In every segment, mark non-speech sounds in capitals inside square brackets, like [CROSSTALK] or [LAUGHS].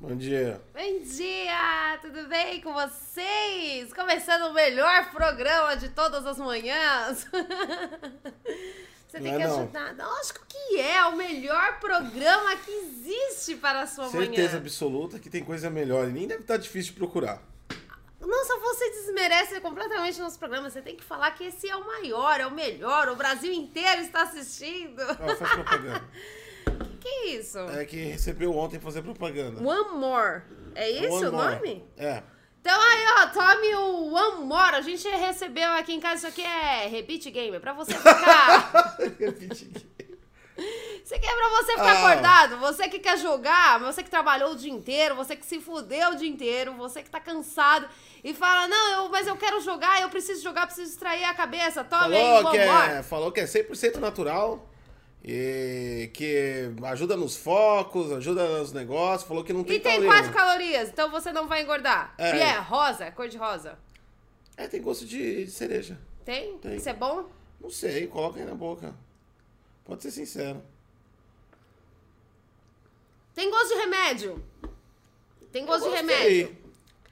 Bom dia. Bom dia, tudo bem com vocês? Começando o melhor programa de todas as manhãs. [LAUGHS] Você tem Não é que não. ajudar. Lógico que é o melhor programa que existe para a sua Certeza manhã. absoluta que tem coisa melhor e nem deve estar difícil de procurar. Nossa, você desmerece completamente o nosso programa. Você tem que falar que esse é o maior, é o melhor, o Brasil inteiro está assistindo. Ó, faz [LAUGHS] propaganda. Que isso? É que recebeu ontem fazer propaganda. One More. É esse One o more. nome? [LAUGHS] É. [LAUGHS] Então aí, ó, tome o One More. A gente recebeu aqui em casa, isso aqui é Repeat Gamer, pra [LAUGHS] você ficar... Repite aqui. isso aqui é pra você ficar Ah. acordado, você que quer jogar, você que trabalhou o dia inteiro, você que se fudeu o dia inteiro, você que tá cansado e fala, não, eu, mas eu quero jogar, eu preciso jogar, preciso distrair a cabeça, tome aí o Falou que, One More. é, falou que é 100% natural e que ajuda nos focos, ajuda nos negócios. Falou que não tem E tem taurina. 4 calorias, então você não vai engordar. É. E é rosa, cor de rosa. É, tem gosto de, de cereja. Tem? Tem. Isso é bom? Não sei, coloca aí na boca. Pode ser sincero. Tem gosto de remédio. Tem gosto de Gostei. remédio.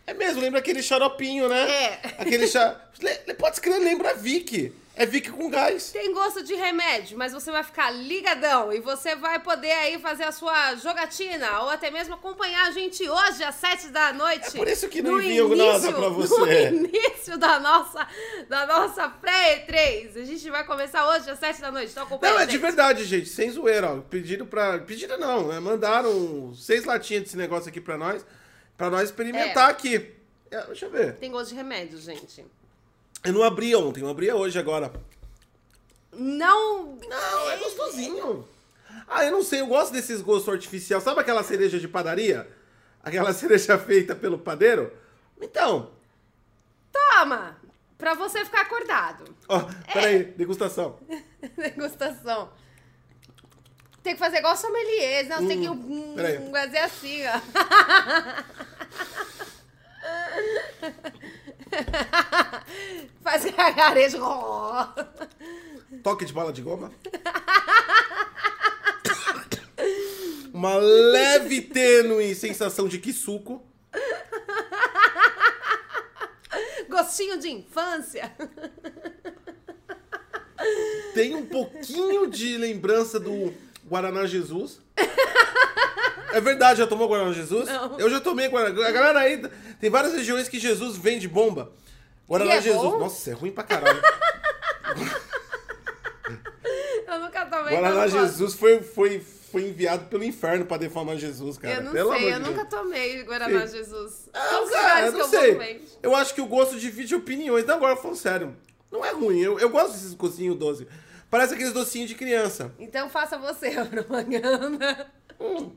É mesmo, lembra aquele xaropinho, né? É. Aquele xa... Le- le- Pode escrever, lembra Vic. É Vic com gás. Tem gosto de remédio, mas você vai ficar ligadão e você vai poder aí fazer a sua jogatina ou até mesmo acompanhar a gente hoje às sete da noite. É por isso que não No envio nada pra você. No início da nossa, da nossa pré-E3. A gente vai começar hoje às sete da noite, então acompanha Não, a é de gente. verdade, gente. Sem zoeira, ó. Pediram pra... Pediram não, né? Mandaram seis latinhas desse negócio aqui pra nós. Pra nós experimentar aqui. É, deixa eu ver. Tem gosto de remédio, gente. Eu não abri ontem, eu abri hoje agora. Não... Não, é gostosinho. Ah, eu não sei, eu gosto desses gostos artificiais. Sabe aquela cereja de padaria? Aquela [LAUGHS] cereja feita pelo padeiro? Então, Toma! Pra você ficar acordado. ó, É. peraí, degustação. [LAUGHS] Degustação. Tem que fazer igual sommeliers, não, tem que hum, peraí. fazer assim, ó. [LAUGHS] fazer a garejo. Toque de bala de goma. [LAUGHS] Uma leve, tênue sensação de que suco. Gostinho de infância. Tem um pouquinho de lembrança do Guaraná Jesus. É verdade, já tomou Guaraná Jesus? Não. Eu já tomei Guaraná. A galera aí. Tem várias regiões que Jesus vende bomba. Guaraná E é Jesus. bom? Nossa, é ruim pra caralho. Eu nunca tomei Guaraná não posso. Jesus foi, foi, foi enviado pelo inferno pra defamar Jesus, cara. Eu não Pelo amor sei, eu de nunca Deus. tomei Guaraná Sim. Jesus. Ah, Todos os cara, lugares eu que não eu sei. vou comer. Eu acho que o gosto divide opiniões. Não, agora falando sério. Não é ruim. Eu, eu gosto desses cozinhos doce. Parece aqueles docinhos de criança. Então faça você [LAUGHS] a propaganda. Eu nunca Hum.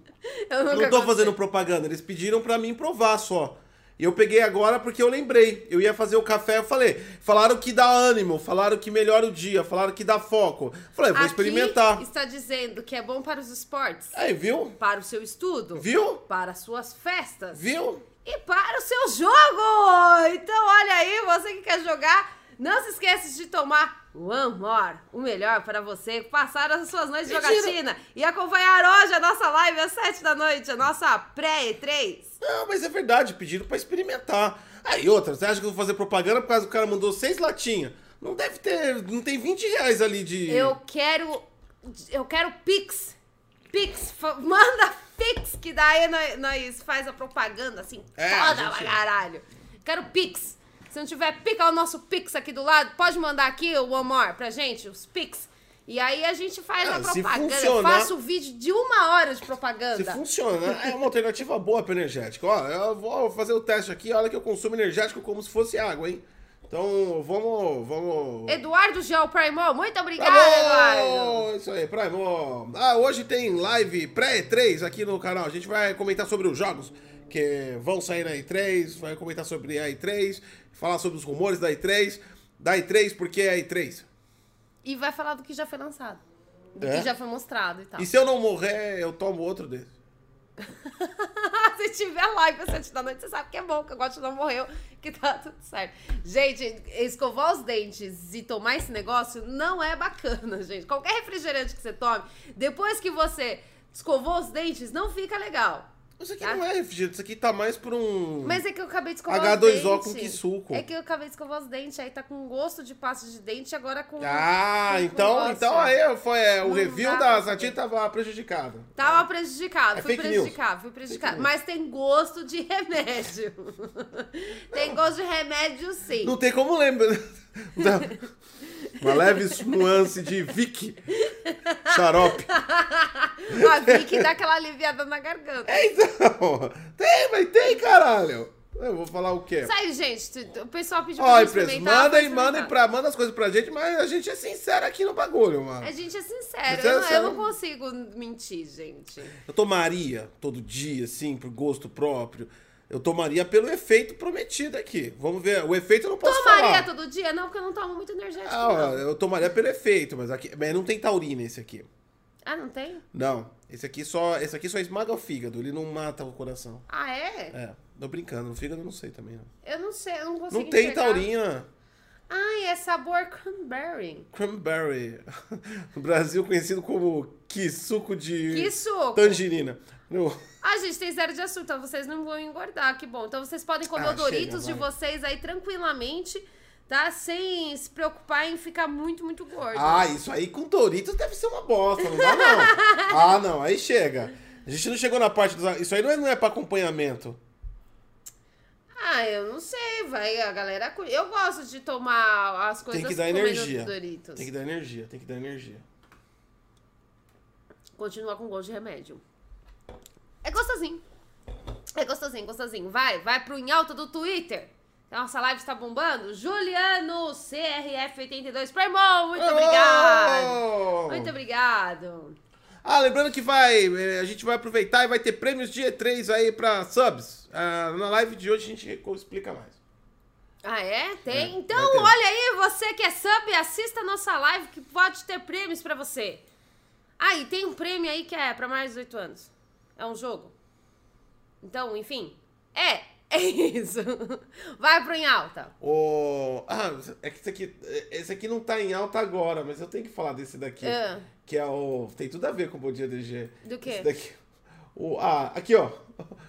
não tô gostei. fazendo propaganda, eles pediram pra mim provar só. E eu peguei agora porque eu lembrei. Eu ia fazer o café, eu falei. Falaram que dá ânimo, falaram que melhora o dia, falaram que dá foco. Falei, vou Aqui experimentar. está dizendo que é bom para os esportes, Aí, viu? para o seu estudo, Viu? para as suas festas Viu? e para o seu jogo. Então olha aí, você que quer jogar, não se esquece de tomar One More, o melhor para você passar as suas noites de Mentira. jogatina e acompanhar hoje a nossa live às 7 da noite, a nossa pré-E3. Não, mas é verdade, pediram pra experimentar. Aí, outra, você acha que eu vou fazer propaganda por causa que o cara mandou seis latinhas? Não deve ter. Não tem 20 reais ali de. Eu quero. Eu quero Pix. Pix. fa- Manda Pix, que daí nó- nós faz a propaganda assim. É, a foda gente- pra caralho. Quero Pix. Se não tiver pica o nosso Pix aqui do lado, pode mandar aqui o One More pra gente, os Pix. E aí a gente faz Ah, a se propaganda. Eu funcionar- faço o vídeo de uma hora de propaganda. Se funciona, né? é uma alternativa boa para energético. Ó, eu vou fazer o teste aqui, olha que eu consumo energético como se fosse água, hein? Então, vamos, vamos. Eduardo Gel Primal, Tá muito obrigada, Eduardo. Primo! Isso aí, Primo. Ah, hoje tem live pré-E3 aqui no canal. A gente vai comentar sobre os jogos que vão sair na E3, vai comentar sobre a E3, falar sobre os rumores da E3, da E3 porque é a E3. E vai falar do que já foi lançado. Do É? que já foi mostrado e tal. E se eu não morrer, eu tomo outro desse. [LAUGHS] Se tiver live às sete da noite, você sabe que é bom, que o Gotti não morreu, que tá tudo certo. Gente, escovar os dentes e tomar esse negócio não é bacana, gente. Qualquer refrigerante que você tome, depois que você escovou os dentes, não fica legal. Isso aqui Tá? não é refrigerante, isso aqui tá mais por um. Mas é que eu acabei de escovar os dentes. H2O com que suco? É que eu acabei de escovar os dentes, aí tá com gosto de pasta de dente, agora com... Ah, com então, gosto. então aí foi é, o Não review dá da pra Satin tava prejudicado. Tava Tá, prejudicado, É fui fake prejudicado, fui prejudicado. Fake Mas tem gosto de remédio. [LAUGHS] tem gosto de remédio, sim. Não tem como lembrar. Dá Uma leve nuance de Vic. Xarope. [LAUGHS] A Vicky dá aquela aliviada na garganta. Então, tem, mas tem, caralho. Eu vou falar o quê? Sai, gente. tu- tu- O pessoal pediu pra Ó, gente empresa, tipo, experimentar. mandem, vou mandem, experimentar. pra, manda as coisas pra gente, mas a gente é sincero aqui no bagulho, mano. A gente é sincero. Você é eu, não, eu sincero. não consigo mentir, gente. Eu tomaria todo dia, assim, por gosto próprio. Eu tomaria pelo efeito prometido aqui. Vamos ver, o efeito eu não posso Tomaria falar. todo dia? Não, porque eu não tomo muito energético, Ah, ó, não. eu tomaria pelo efeito, mas aqui, mas não tem taurina esse aqui. Ah, não tem? Não, esse aqui só, esse aqui só esmaga o fígado, ele não mata o coração. Ah, é? É, tô brincando, o fígado eu não sei também. Não, Eu não sei, eu não consigo não tem enxergar. taurina. Ai, é sabor cranberry. Cranberry. [LAUGHS] No Brasil conhecido como que suco de Que suco! tangerina. No- Ah, gente, tem zero de açúcar, então vocês não vão engordar, que bom. Então vocês podem comer Ah, o Doritos chega, de vai. vocês aí tranquilamente, tá? Sem se preocupar em ficar muito, muito gordo. Ah, isso aí com Doritos deve ser uma bosta, não dá [LAUGHS] não. ah, não, aí chega. A gente não chegou na parte dos. Isso aí não é, não é pra acompanhamento. Ah, eu não sei, vai, a galera. cu- Eu gosto de tomar as coisas Tem que dar comendo energia. Doritos. Tem que dar energia, tem que dar energia. Continua com gosto de remédio. É gostosinho. É gostosinho, gostosinho. Vai, vai pro em alta do Twitter. Nossa live está bombando. Juliano CRF82 Primo, muito obrigado. Oh! Muito obrigado. Ah, lembrando que vai, eh, a gente vai aproveitar e vai ter prêmios dia 3 aí pra subs. Ah, na live de hoje a gente reco- explica mais. Ah, é? Tem? É, então, vai ter. olha aí, você que é sub, assista a nossa live que pode ter prêmios pra você. Ah, e tem um prêmio aí que é pra mais de 18 anos. É um jogo. Então, enfim. É, [LAUGHS] é isso. Vai pro em alta. O... Ah, é que esse aqui, eh, esse aqui não tá em alta agora, mas eu tenho que falar desse daqui. Ah. Que é o. Tem tudo a ver com o Bom Dia DG. Do quê? Esse daqui. O... Ah, aqui ó.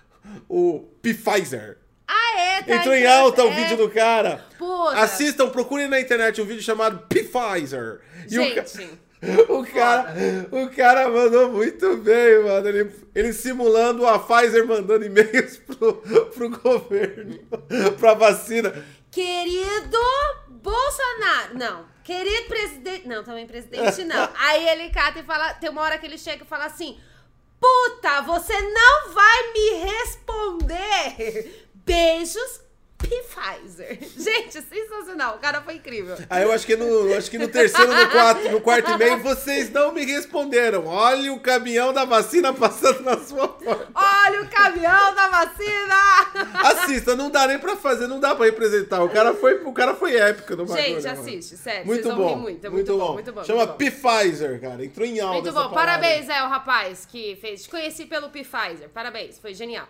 [LAUGHS] O Pfizer. Ah, é, tá Entrou em entrando- alta o é. vídeo do cara. Puta. Assistam, procurem na internet um vídeo chamado Pfizer. E o ca- [LAUGHS] Gente. O cara, o cara mandou muito bem, mano. Ele, ele simulando a Pfizer mandando e-mails [LAUGHS] pro, pro governo, [LAUGHS] pra vacina. Querido Bolsonaro. Não. Querido presidente. Não, também [LAUGHS] presidente não. Aí ele cata e fala. Tem uma hora que ele chega e fala assim: Puta, você não vai me responder. Beijos, P. Pfizer. [LAUGHS] Gente, sensacional. O cara foi incrível. Aí eu acho que no, eu acho que no terceiro, no, quatro, no quarto e meio, vocês não me responderam. Olha o caminhão da vacina passando na sua porta. Olha o caminhão da vacina! Assista, não dá nem pra fazer, não dá pra representar. O cara foi, o cara foi épico no [LAUGHS] bagulho. né, Gente, mano. assiste, sério. Muito vocês vão bom, rir muito. É muito, bom, muito bom. Chama muito bom. Pfizer, cara. Entrou em alta. Muito essa bom, parada. parabéns, é, o rapaz que fez. Te conheci pelo P. Pfizer, parabéns, foi genial.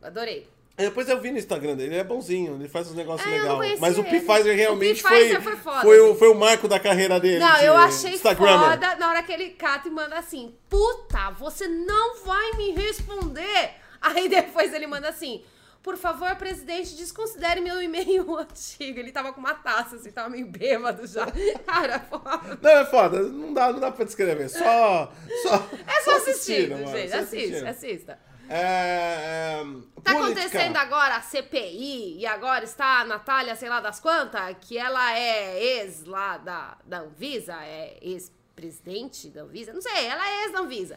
Adorei. É, Depois eu vi no Instagram dele, ele é bonzinho, ele faz uns negócios É, eu não legais. conhecia Mas o ele. Pfizer O realmente Pfizer foi, foi foi, foda, o, assim. foi o marco da carreira dele. Não, de eu achei Instagrammer. foda na hora que ele cata e manda assim: Puta, você não vai me responder. Aí [LAUGHS] depois ele manda assim: Por favor, presidente, desconsidere meu e-mail [LAUGHS] antigo. Ele tava com uma taça, assim, tava meio bêbado já. [LAUGHS] Cara, foda. Não, é foda, não dá, não dá pra descrever, só. só É [LAUGHS] só assistindo, mano, gente. só Assista, assistindo. assista. É, é, Tá política. acontecendo agora a CPI e agora está a Natália, sei lá das quantas, que ela é ex lá da, da Anvisa, é ex-presidente da Anvisa, não sei, ela é ex da Anvisa.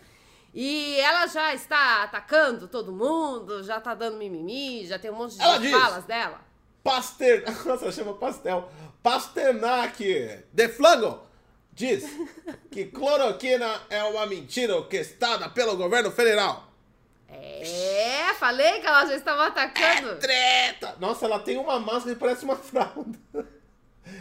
E ela já está atacando todo mundo, já tá dando mimimi, já tem um monte de Ela diz. falas dela. Paster... [LAUGHS] Nossa, chama pastel. Pasternak de Flango diz que cloroquina é uma mentira orquestrada pelo governo federal. É, falei que ela já estava atacando. [LAUGHS] Treta! Nossa, ela tem uma máscara que parece uma fralda.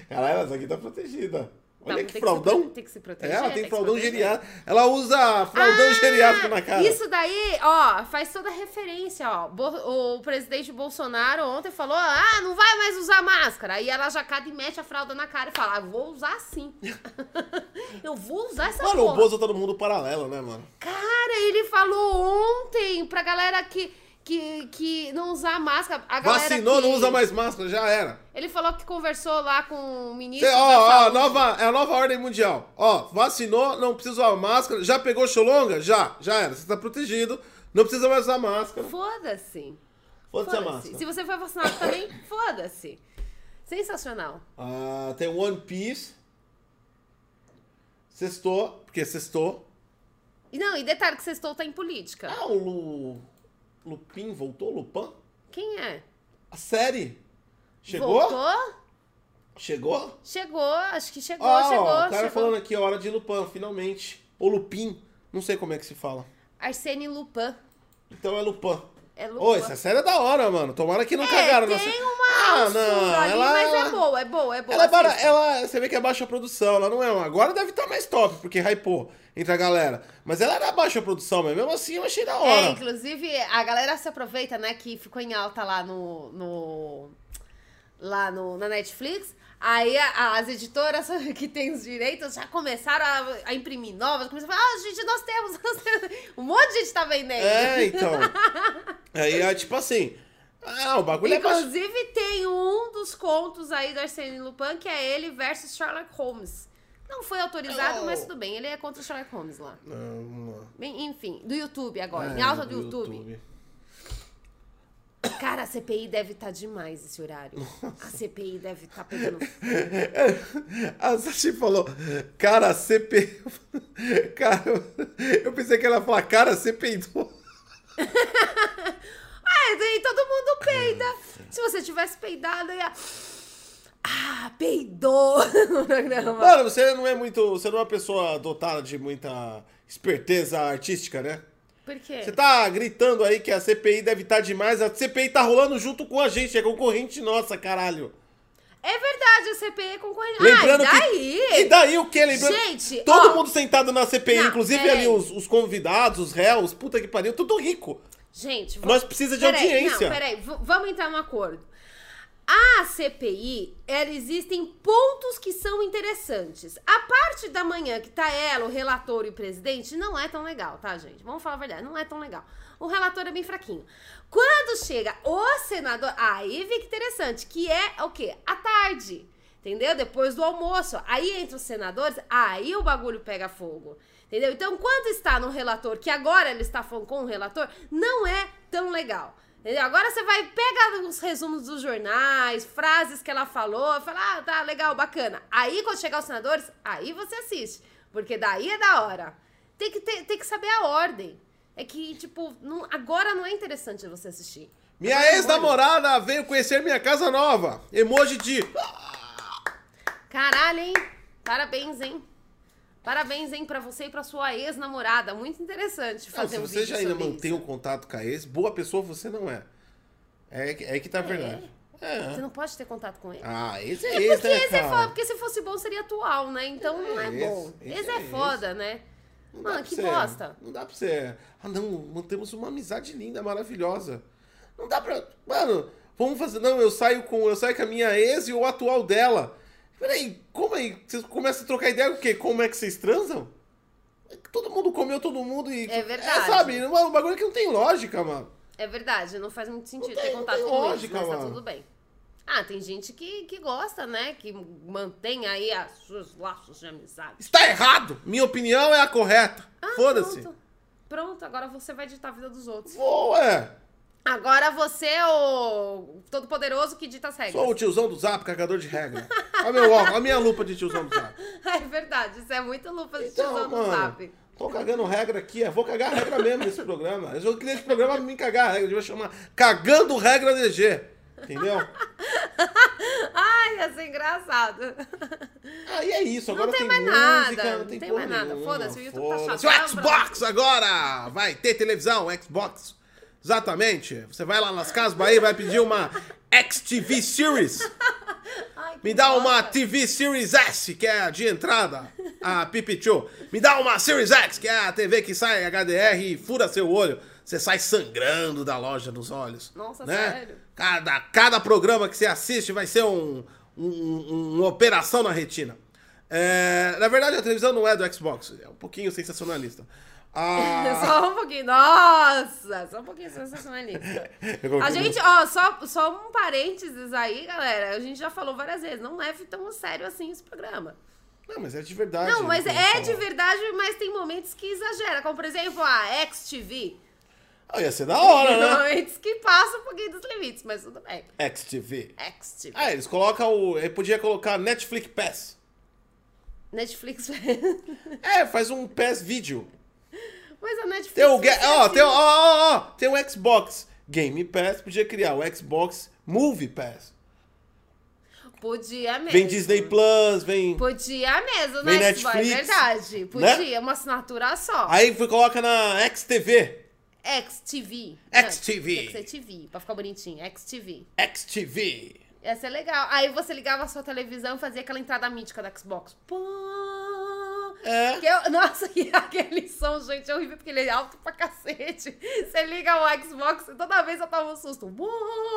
Caralho, essa aqui tá protegida. Olha Não, que tem fraldão. É, Que se, pro- tem que se proteger. ela tem que se fraldão proteger. geriátrico. Ela usa fraldão Ah, um geriátrico na cara. Isso daí, ó, faz toda a referência, ó. Bo- o presidente Bolsonaro ontem falou, ah, não vai mais usar máscara. Aí ela já cade e mete a fralda na cara e fala, ah, vou usar sim. [LAUGHS] Eu vou usar essa Mano, porra. o Bozo tá no mundo paralelo, né, mano? Cara, ele falou ontem pra galera que, que, que não usar máscara. A galera Vacinou, que- não usa mais máscara, já era. Ele falou que conversou lá com o ministro Cê- da ó, ó, saúde. nova, é a nova ordem mundial. Ó, vacinou, não precisa usar máscara. Já pegou xolonga? Já, já era. Você tá protegido, não precisa mais usar máscara. assim, Foda-se. Foda-se a Foda-se. máscara. Se você foi vacinado também, foda-se. Sensacional. Ah, tem One Piece. Sextou, porque sextou. E não, e detalhe que sextou tá em política. Ah, o Lu... Lupin voltou? Lupin? Quem é? A série? Chegou? Voltou? Chegou? Chegou, acho que chegou, Ah, chegou, ó, o cara chegou. falando aqui, ó, hora de Lupin, finalmente. Ou Lupin, não sei como é que se fala. Arsene Lupin. Então é Lupin. É Lupin. Ô, essa série é da hora, mano. Tomara que não é, cagaram na tem série. uma Ah, não, alçura ali, ela- mas é boa, é boa, é boa. Ela, é bara- assista. ela- você vê que é baixa produção, ela não é uma. Agora deve estar mais top, porque hypou entre a galera. Mas ela era baixa produção, mas mesmo assim eu achei da É, hora. inclusive, a galera se aproveita, né, que ficou em alta lá no. no- lá no, na Netflix. Aí a- as editoras [LAUGHS] que têm os direitos já começaram a, a imprimir novas, começaram a falar, ah, gente, nós temos, [LAUGHS] nós temos. Um monte de gente tá vendendo. É, [LAUGHS] então. Aí é tipo assim. Ah, o bagulho é baixo. Inclusive, tem um dos contos aí do Arsène Lupin, que é ele versus Sherlock Holmes. Não foi autorizado, Não. mas tudo bem, ele é contra o Sherlock Holmes lá. Não, mano. Bem, enfim, do YouTube agora, É, em alta do YouTube. Cara, a CPI deve estar demais esse horário. A CPI deve estar pegando. [LAUGHS] A Sachi falou, cara, CP. [LAUGHS] Cara, eu pensei que ela ia falar, cara, você peidou. Ah, e todo mundo peida. Se você tivesse peidado, ia. Ah, peidou [LAUGHS] no programa. Mano, você não é muito. Você não é uma pessoa dotada de muita esperteza artística, né? Por quê? Você tá gritando aí que a CPI deve estar demais. A CPI tá rolando junto com a gente, é concorrente nossa, caralho. É verdade, a CPI é concorrente. Lembrando ah, e que. daí? E daí o quê? Lembrando. Gente, todo ó. mundo sentado na CPI, Não, inclusive peraí. ali os, os convidados, os réus, puta que pariu, tudo rico. Gente, Nós precisa de peraí, audiência. Não, peraí, v- vamos entrar num acordo. A CPI, ela existem pontos que são interessantes. A parte da manhã que tá ela, o relator e o presidente, não é tão legal, tá, gente? Vamos falar a verdade, não é tão legal. O relator é bem fraquinho. Quando chega o senador, aí fica interessante, que é o quê? A tarde. Entendeu? Depois do almoço. Aí entra os senadores, aí o bagulho pega fogo. Entendeu? Então, quando está no relator, que agora ele está falando com o relator, não é tão legal. Entendeu? Agora você vai pegar os resumos dos jornais, frases que ela falou, fala, ah, tá legal, bacana. Aí, quando chegar os senadores, aí você assiste. Porque daí é da hora. Tem que, ter, tem que saber a ordem. É que, tipo, não- agora não é interessante você assistir. Minha ex-namorada veio conhecer minha casa nova. Emoji de. Caralho, hein? Parabéns, hein? Parabéns, hein, pra você e pra sua ex-namorada. Muito interessante Não, fazer Ah, se um você vídeo já ainda sobre mantém isso. o contato com a ex, boa pessoa você não é. É, que- é que tá a verdade. Você É. não pode ter contato com ele. Ah, ex é É ex, porque né, esse é cara? foda, porque se fosse bom seria atual, né? Então não é, É, bom. esse- Esse esse é, é foda, né? Não dá Mano, pra que você- é. bosta. Não dá pra você. Ah, não, mantemos uma amizade linda, maravilhosa. Não dá pra. Mano, vamos fazer. Não, eu saio com. Eu saio com a minha ex e o atual dela. Peraí, como aí? Vocês começam a trocar ideia com o quê? Como é que vocês transam? Todo mundo comeu todo mundo e. É verdade. sabe? Mano, um bagulho que não tem lógica, mano. É verdade, não faz muito sentido tem- ter não contato tem com lógica, eles, mas tá mano. tudo bem. Ah, tem gente que, que gosta, né? Que mantém aí as seus laços de amizade. Está errado! Minha opinião é a correta. Ah, Foda-se. Pronto. Pronto, agora você vai ditar a vida dos outros. Vou, é. Agora você é o todo-poderoso É que dita as regras. Sou o tiozão do zap, cagador de regra. Olha meu óculos, olha minha lupa de tiozão do [LAUGHS] zap. É verdade, isso é muito lupa de Então, tiozão do mano, zap. Tô cagando regra aqui, eu vou cagar regra mesmo nesse programa. Eu queria esse programa me cagar regra, eu devia chamar Cagando Regra DG. Entendeu? Ai, ia ser engraçado. [LAUGHS] Aí é isso, agora Não tem, tem mais música, nada, não tem, não tem porra mais nada. nenhuma, Foda-se, o YouTube tá foda-se. chatão O Xbox agora! Vai ter televisão, Xbox. Exatamente. Você vai lá nas casas aí, vai pedir uma XTV Series. Ai, pessoa que Me dá uma gosta- TV Series S, que é a de entrada, a Pipichu. Me dá uma Series X, que é a TV que sai HDR e fura seu olho. Você sai sangrando da loja dos olhos. Nossa, né? sério? Cada, cada programa que você assiste vai ser um, um- um- uma operação na retina. É, na verdade, a televisão não é do Xbox. É um pouquinho sensacionalista. Ah, Só um pouquinho. Nossa, só um pouquinho sensacionalista. eu coloquei [LAUGHS] A gente, ó, só, só um parênteses aí, galera. A gente já falou várias vezes, não leve tão sério assim esse programa. Não, mas é de verdade. Não, mas como é eu de falo. verdade, mas tem momentos que exagera. Como, por exemplo, a XTV. Ah, ia ser da [LAUGHS] hora, né? Tem momentos que passa um pouquinho dos limites, mas tudo bem. XTV. XTV. Ah, eles colocam o. Ele podia colocar Netflix Pass. Netflix. [LAUGHS] É, faz um Pass vídeo. mas a Netflix. Tem o. vai Ga- ser Ó, assim. tem o. Ó, ó, ó, tem o Xbox Game Pass. Podia criar o Xbox Movie Pass. Podia mesmo. Vem Disney Plus, vem. Podia mesmo, Vem né? Xbox? Netflix, né? verdade. Podia, uma assinatura só. Aí você coloca na XTV. XTV. XTV. Não, Tem que ser TV, pra ficar bonitinho. XTV. XTV. Ia ser legal. Aí você ligava a sua televisão e fazia aquela entrada mítica da Xbox. Pá. É. Que eu- nossa, [LAUGHS] e aquele som, gente, é horrível, porque ele é alto pra cacete. Você liga o Xbox e toda vez eu tava um susto.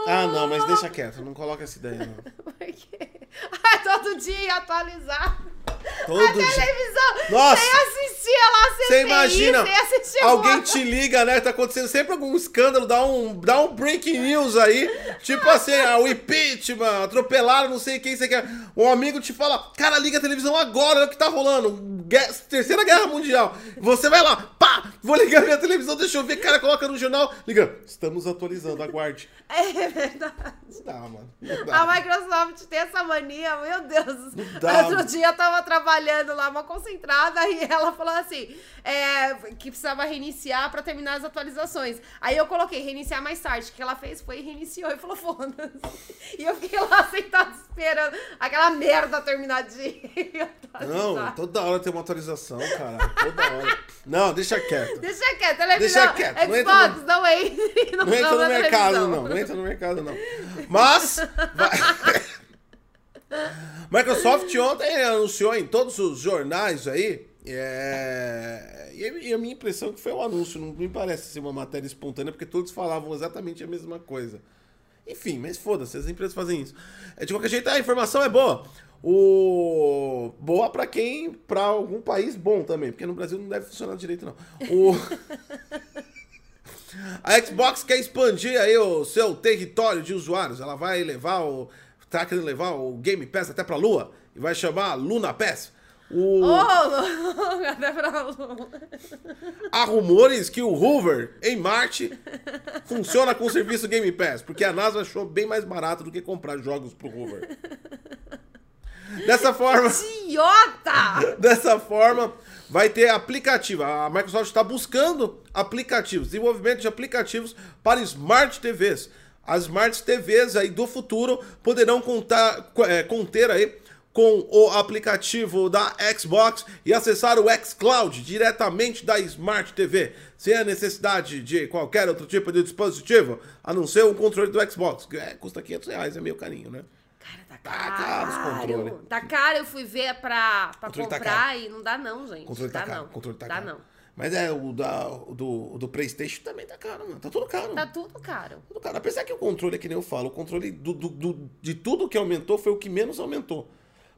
Ah, não, mas deixa quieto. Não coloca essa ideia, não. Porque... [LAUGHS] Ah, todo dia ia atualizar. a Todo dia. televisão. Nossa. Você assistia lá, você Você imagina, Você assistia alguém alguma- te liga, né? Tá acontecendo sempre algum escândalo, dá um, dá um breaking news aí. Tipo assim, ah, o impeachment, atropelaram, não sei quem você quer. Um amigo te fala, cara, liga a televisão agora, olha o que tá rolando. Gue- Terceira Guerra Mundial. Você vai lá, pá, vou ligar minha televisão, deixa eu ver, cara, coloca no jornal. Liga, estamos atualizando, aguarde. É verdade. Não dá, mano. Não dá. A Microsoft tem essa mania, meu Deus. Tá. Não dá. Outro dia eu tava trabalhando lá, uma concentrada, e ela falou assim: é, que precisava reiniciar pra terminar as atualizações. Aí eu coloquei reiniciar mais tarde. O que ela fez foi reiniciou e falou: foda-se. E eu fiquei lá [LAUGHS] sentada esperando aquela merda terminar de [LAUGHS] atualizar. Não, então- toda hora tem uma atualização, cara. Toda hora. Não, deixa quieto. Deixa quieto, televisão. Deixa quieto, não entra Xbox, [LAUGHS] não entre. Não entra na no mercado, televisão. não. Não entra no mercado, não. Mas. vai- [LAUGHS] Microsoft ontem anunciou em todos os jornais aí. é, E e a minha impressão é que foi um anúncio, não me parece ser uma matéria espontânea, porque todos falavam exatamente a mesma coisa. Enfim, mas foda-se, as empresas fazem isso. É, de qualquer jeito, a informação é boa. O... Boa pra quem? Pra algum país bom também, porque no Brasil não deve funcionar direito, não. O... [LAUGHS] A Xbox quer expandir aí o seu território de usuários. Ela vai levar o. Tá querendo levar o Game Pass até pra Lua e vai chamar Luna Pass. O- Ô, [LAUGHS] até pra Lu. Há rumores que o Hoover em Marte [LAUGHS] funciona com o serviço Game Pass, porque a NASA achou bem mais barato do que comprar jogos pro Hoover. Dessa forma. [LAUGHS] Idiota! Dessa forma, vai ter aplicativo. A Microsoft está buscando aplicativos, desenvolvimento de aplicativos para smart TVs. As smart TVs aí do futuro poderão contar, co- eh, conter aí com o aplicativo da Xbox e acessar o xCloud diretamente da Smart TV, sem a necessidade de qualquer outro tipo de dispositivo, a não ser o controle do Xbox, que é, custa 500 reais, é meio carinho, né? Cara, tá Tá caro os controle. Tá caro, eu fui ver pra, pra Controle tá comprar caro. e não dá não, gente. O controle tá, dá caro. não. o Controle tá dá caro. não. Mas é, o, da, o do, o do Playstation também tá caro, mano. Tá tudo caro. Tá tudo caro. tudo caro. Apesar que o controle, que nem eu falo, o controle do, do- do- de tudo que aumentou foi o que menos aumentou.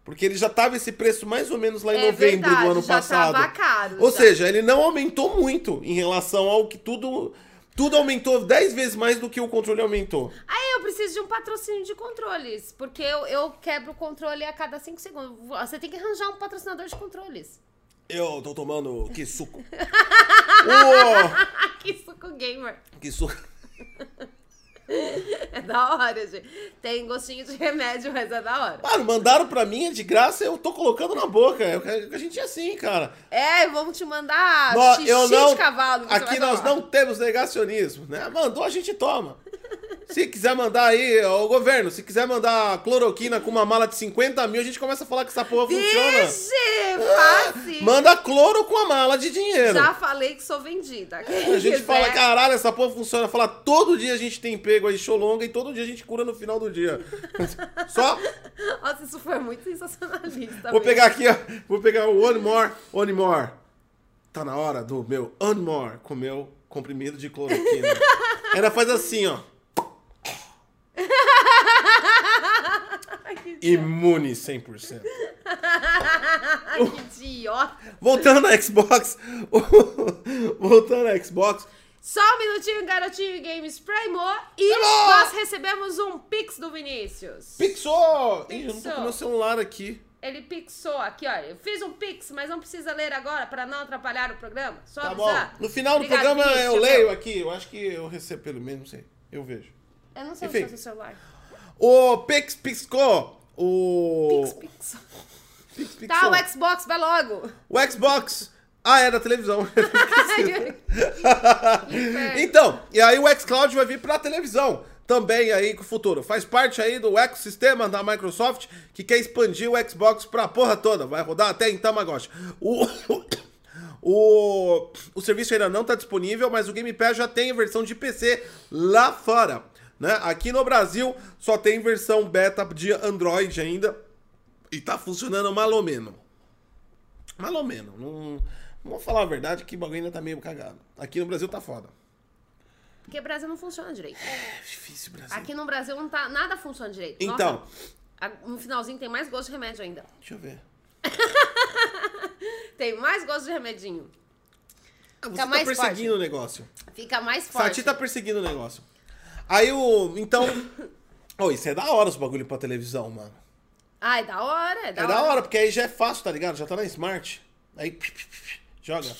Porque ele já tava esse preço mais ou menos lá em É novembro verdade, do ano já passado. tava caro, ou já. seja, ele não aumentou muito em relação ao que tudo. Tudo aumentou 10 vezes mais do que o controle aumentou. Aí eu preciso de um patrocínio de controles, porque eu, eu quebro o controle a cada 5 segundos. Você tem que arranjar um patrocinador de controles. [LAUGHS] Eu tô tomando que suco. Uou, Ah, que suco gamer. que suco. É da hora, gente. Tem gostinho de remédio, mas é da hora. Mano, mandaram pra mim, é de graça, eu tô colocando na boca. Eu quero- A gente é assim, cara. É, vamos te mandar Nó- xixi de cavalo. que você aqui vai nós tomar. não temos negacionismo, né? Mandou, a gente toma. Se quiser mandar aí, o governo, se quiser mandar cloroquina com uma mala de 50 mil, a gente começa a falar que essa porra funciona. Vixe, fácil. Manda cloro com a mala de dinheiro. Já é. falei que sou vendida. a gente fala, caralho, essa porra funciona. Fala, todo dia a gente tem pego aí xolonga e todo dia a gente cura no final do dia. Só Nossa, isso foi muito sensacionalista. Vou mesmo. pegar aqui, ó. Vou pegar o One More, One More. Tá na hora do meu One More com meu comprimido de [LAUGHS] cloroquina. Ela faz assim, ó. Imune 100%. que idiota. Voltando na Xbox. [LAUGHS] voltando na Xbox. Só um minutinho, garotinho Games Primou. E Primou! nós recebemos um pix do Vinícius. Pixou! Ih, eu não tô Pixou. com meu celular aqui. Ele pixou aqui, olha. Eu fiz um pix, mas não precisa ler agora pra não atrapalhar o programa. Só Tá bom. avisar. No final do Obrigado, programa eu Vinícius, meu. leio aqui. Eu acho que eu recebo pelo menos, não sei. Eu vejo. Eu não sei Enfim. o seu celular. O Pix Pixou. O. Pix, pix. Pix, Pixou. Tá, o Xbox, [LAUGHS] vai logo. O Xbox. Ah, é da [LAUGHS] televisão. [LAUGHS] inferno. então, e aí o xCloud vai vir pra televisão também aí com o futuro. Faz parte aí do ecossistema da Microsoft que quer expandir o Xbox pra porra toda. Vai rodar até em Tamagotchi. O, [COUGHS] o, o serviço ainda não tá disponível, mas o Game Pass já tem versão de PC lá fora. Né? Aqui no Brasil só tem versão beta de Android ainda e tá funcionando mal ou menos. Mais ou menos. Não, vamos falar a verdade que o bagulho ainda tá meio cagado. Aqui no Brasil tá foda. Porque o Brasil não funciona direito. É difícil, Brasil. Aqui no Brasil não tá, nada funciona direito. Então. Nossa, a- no finalzinho tem mais gosto de remédio ainda. Deixa eu ver. tá Tem mais gosto de remedinho. Ah, você Fica tá mais perseguindo o negócio. Fica mais forte. Sati tá perseguindo o negócio. Aí o. [COUGHS] Então. Ô, isso é da hora os bagulho pra televisão, mano. Ah, é da hora, é da é hora. da hora, porque aí já é fácil, tá ligado? Já tá na Smart. Aí. pi, pi, pi, pi, [LAUGHS] Joga. Aí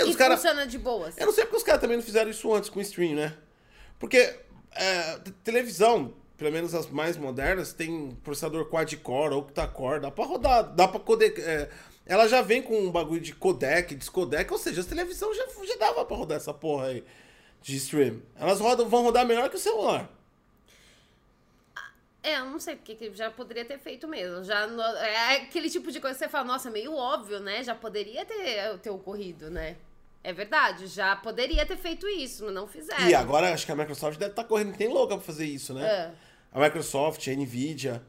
E os caras. funciona de boas. Eu não sei porque os caras também não fizeram isso antes com o stream, né? Porque é, t- televisão, pelo menos as mais modernas, tem processador quad-core, octa-core, dá pra rodar, dá pra codec... é, ela já vem com um bagulho de codec, descodec, ou seja, as televisões já, já dava pra rodar essa porra aí de stream. Elas rodam, vão rodar melhor que o celular. É, eu não sei porque que já poderia ter feito mesmo. Já no- é aquele tipo de coisa que você fala, nossa, meio óbvio, né? Já poderia ter, ter ocorrido, né? É verdade, já poderia ter feito isso, mas não fizeram. E agora acho que a Microsoft deve estar correndo que nem louca pra fazer isso, né? É. A Microsoft, a Nvidia.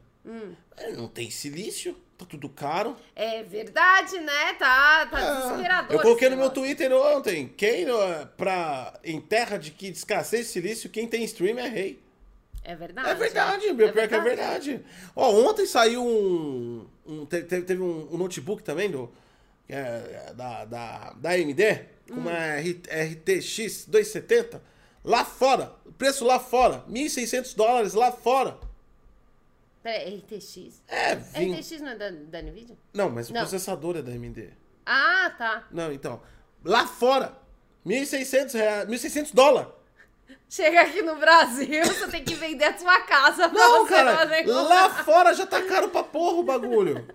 É, Não tem silício, tá tudo caro. É verdade, né? Tá, tá Ah, desesperador. Eu coloquei esse no meu negócio. Twitter ontem. Quem eh, pra, em terra de que escassez de silício, quem tem stream é rei. É verdade. É verdade, meu. É pior que é verdade. Ó, ontem saiu um. um- te- teve teve um, um notebook também do, eh, da, da, da AMD, Hum. com uma R- RTX 270. Lá fora, o preço lá fora, 1.600 dólares lá fora. Pera, RTX? É, vim. RTX não é da, da NVIDIA? Não, mas o Não. processador é da AMD. Ah, tá. Não, então. Lá fora, 1.600 reais, 1.600 dólares. Chega aqui no Brasil, você tem que vender a sua casa pra Não, você cara, fazer lá fora já tá caro pra porra o bagulho.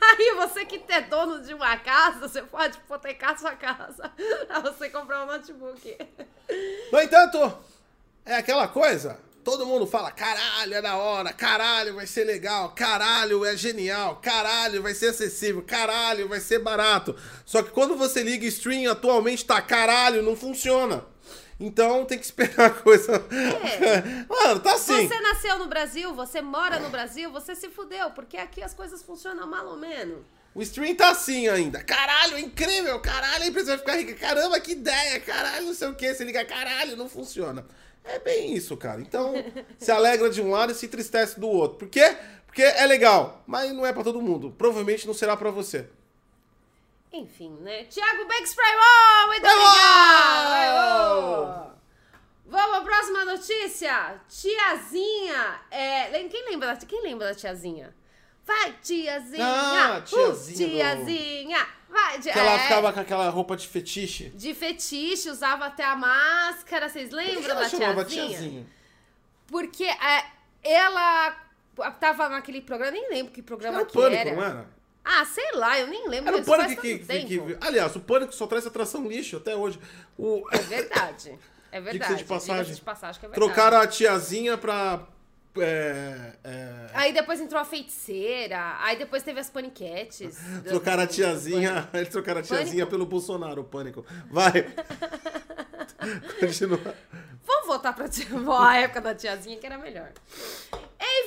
Aí você que é dono de uma casa, você pode hipotecar sua casa [LAUGHS] pra você comprar um notebook. No entanto, é aquela coisa. Todo mundo fala, caralho, é da hora, caralho, vai ser legal, caralho, é genial, caralho, vai ser acessível, caralho, vai ser barato. Só que quando você liga o stream, atualmente tá caralho, não funciona. Então tem que esperar a coisa. [LAUGHS] Mano, tá assim. Você nasceu no Brasil, você mora no Brasil, você se fudeu, porque aqui as coisas funcionam mal ou menos. O stream tá assim ainda. Caralho, é incrível, caralho, a empresa vai ficar rica. Caramba, que ideia, caralho, não sei o que. Você liga, caralho, não funciona. É bem isso, cara. [LAUGHS] Então, se alegra de um lado e se entristece do outro. Por quê? Porque é legal, mas não é pra todo mundo. Provavelmente não será pra você. Enfim, né? Tiago Banks Primol, muito obrigado! Vamos à próxima notícia. Tiazinha, é... lem- quem, lembra da... quem lembra da tiazinha? Vai, tiazinha! Ah, tiazinha Uh, do- tiazinha! Vai, Que tiazinha! ela ficava com aquela roupa de fetiche. De fetiche, usava até a máscara. Vocês Por que lembram ela da chamava tiazinha? tiazinha? Porque é, ela tava naquele programa, nem lembro que programa Era o que pânico, era. não era? Ah, sei lá, eu nem lembro. Era o isso faz pânico que, tanto que- que- tempo. Aliás, o pânico só traz atração lixo até hoje. O... É verdade. É verdade. Diga-se de passagem. Diga-se de passagem que é verdade. Trocaram a tiazinha pra. é, é, Aí depois entrou a feiticeira, aí depois teve as paniquetes. Trocaram a tiazinha, eles trocaram a [LAUGHS] tiazinha pelo Bolsonaro, o pânico. Vai. Continua. Vamos Vamos voltar pra [LAUGHS] tia, bom, a época da tiazinha, que era melhor.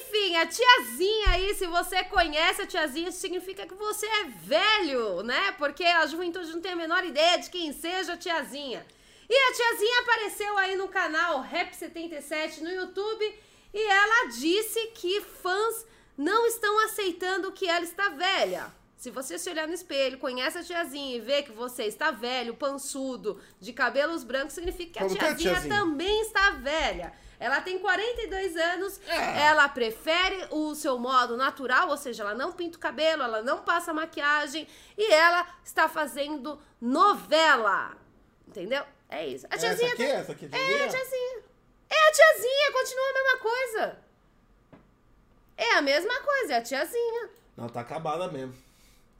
Enfim, a tiazinha aí, se você conhece a tiazinha, significa que você é velho, né? Porque a juventude não tem a menor ideia de quem seja a tiazinha. E a tiazinha apareceu aí no canal Rap 77 no YouTube e ela disse que fãs não estão aceitando que ela está velha. Se você se olhar no espelho, conhece a tiazinha e vê que você está velho, pançudo, de cabelos brancos, significa que a Como tá a tiazinha, tiazinha? também está velha. Ela tem 42 anos, É. ela prefere o seu modo natural, ou seja, ela não pinta o cabelo, ela não passa maquiagem e ela está fazendo novela. Entendeu? É isso. A Essa tiazinha aqui? tá- Essa aqui? é tiazinha? a tiazinha. É a tiazinha, continua a mesma coisa. É a mesma coisa, é a tiazinha. Não, tá acabada mesmo.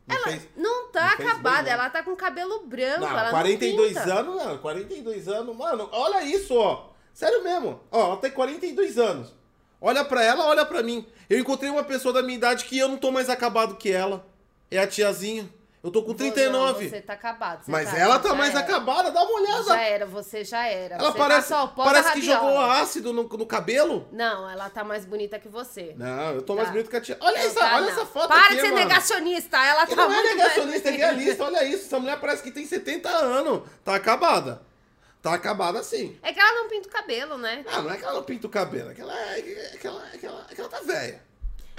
Não ela fez- não tá não fez acabada, bem, não. ela tá com cabelo branco. Não, ela 42 não pinta. anos, não. 42 anos, mano, olha isso, ó. Sério mesmo. Ó, ela tem 42 anos. Olha pra ela, olha pra mim. Eu encontrei uma pessoa da minha idade que eu não tô mais acabado que ela. É a tiazinha. Eu tô com Não, 39. Você tá acabado. você Mas tá, ela tá já mais era. acabada, dá uma Já olhada. era, você já era. Ela você parece, tá só o pó parece da que rabiola. jogou um ácido no, no cabelo. Não, ela tá mais bonita que você. Não, eu tô mais Tá. bonito que a tia. Olha, Não essa, tá, olha não. essa foto Para aqui, de ser mano. negacionista, ela tá Não é muito mais negacionista, é bonita. realista. Olha isso, essa mulher parece que tem 70 anos. Tá acabada. Tá acabada sim. É que ela não pinta o cabelo, né? Ah, não é que ela não pinta o cabelo, é que ela, é que ela, é que ela, é que ela tá velha.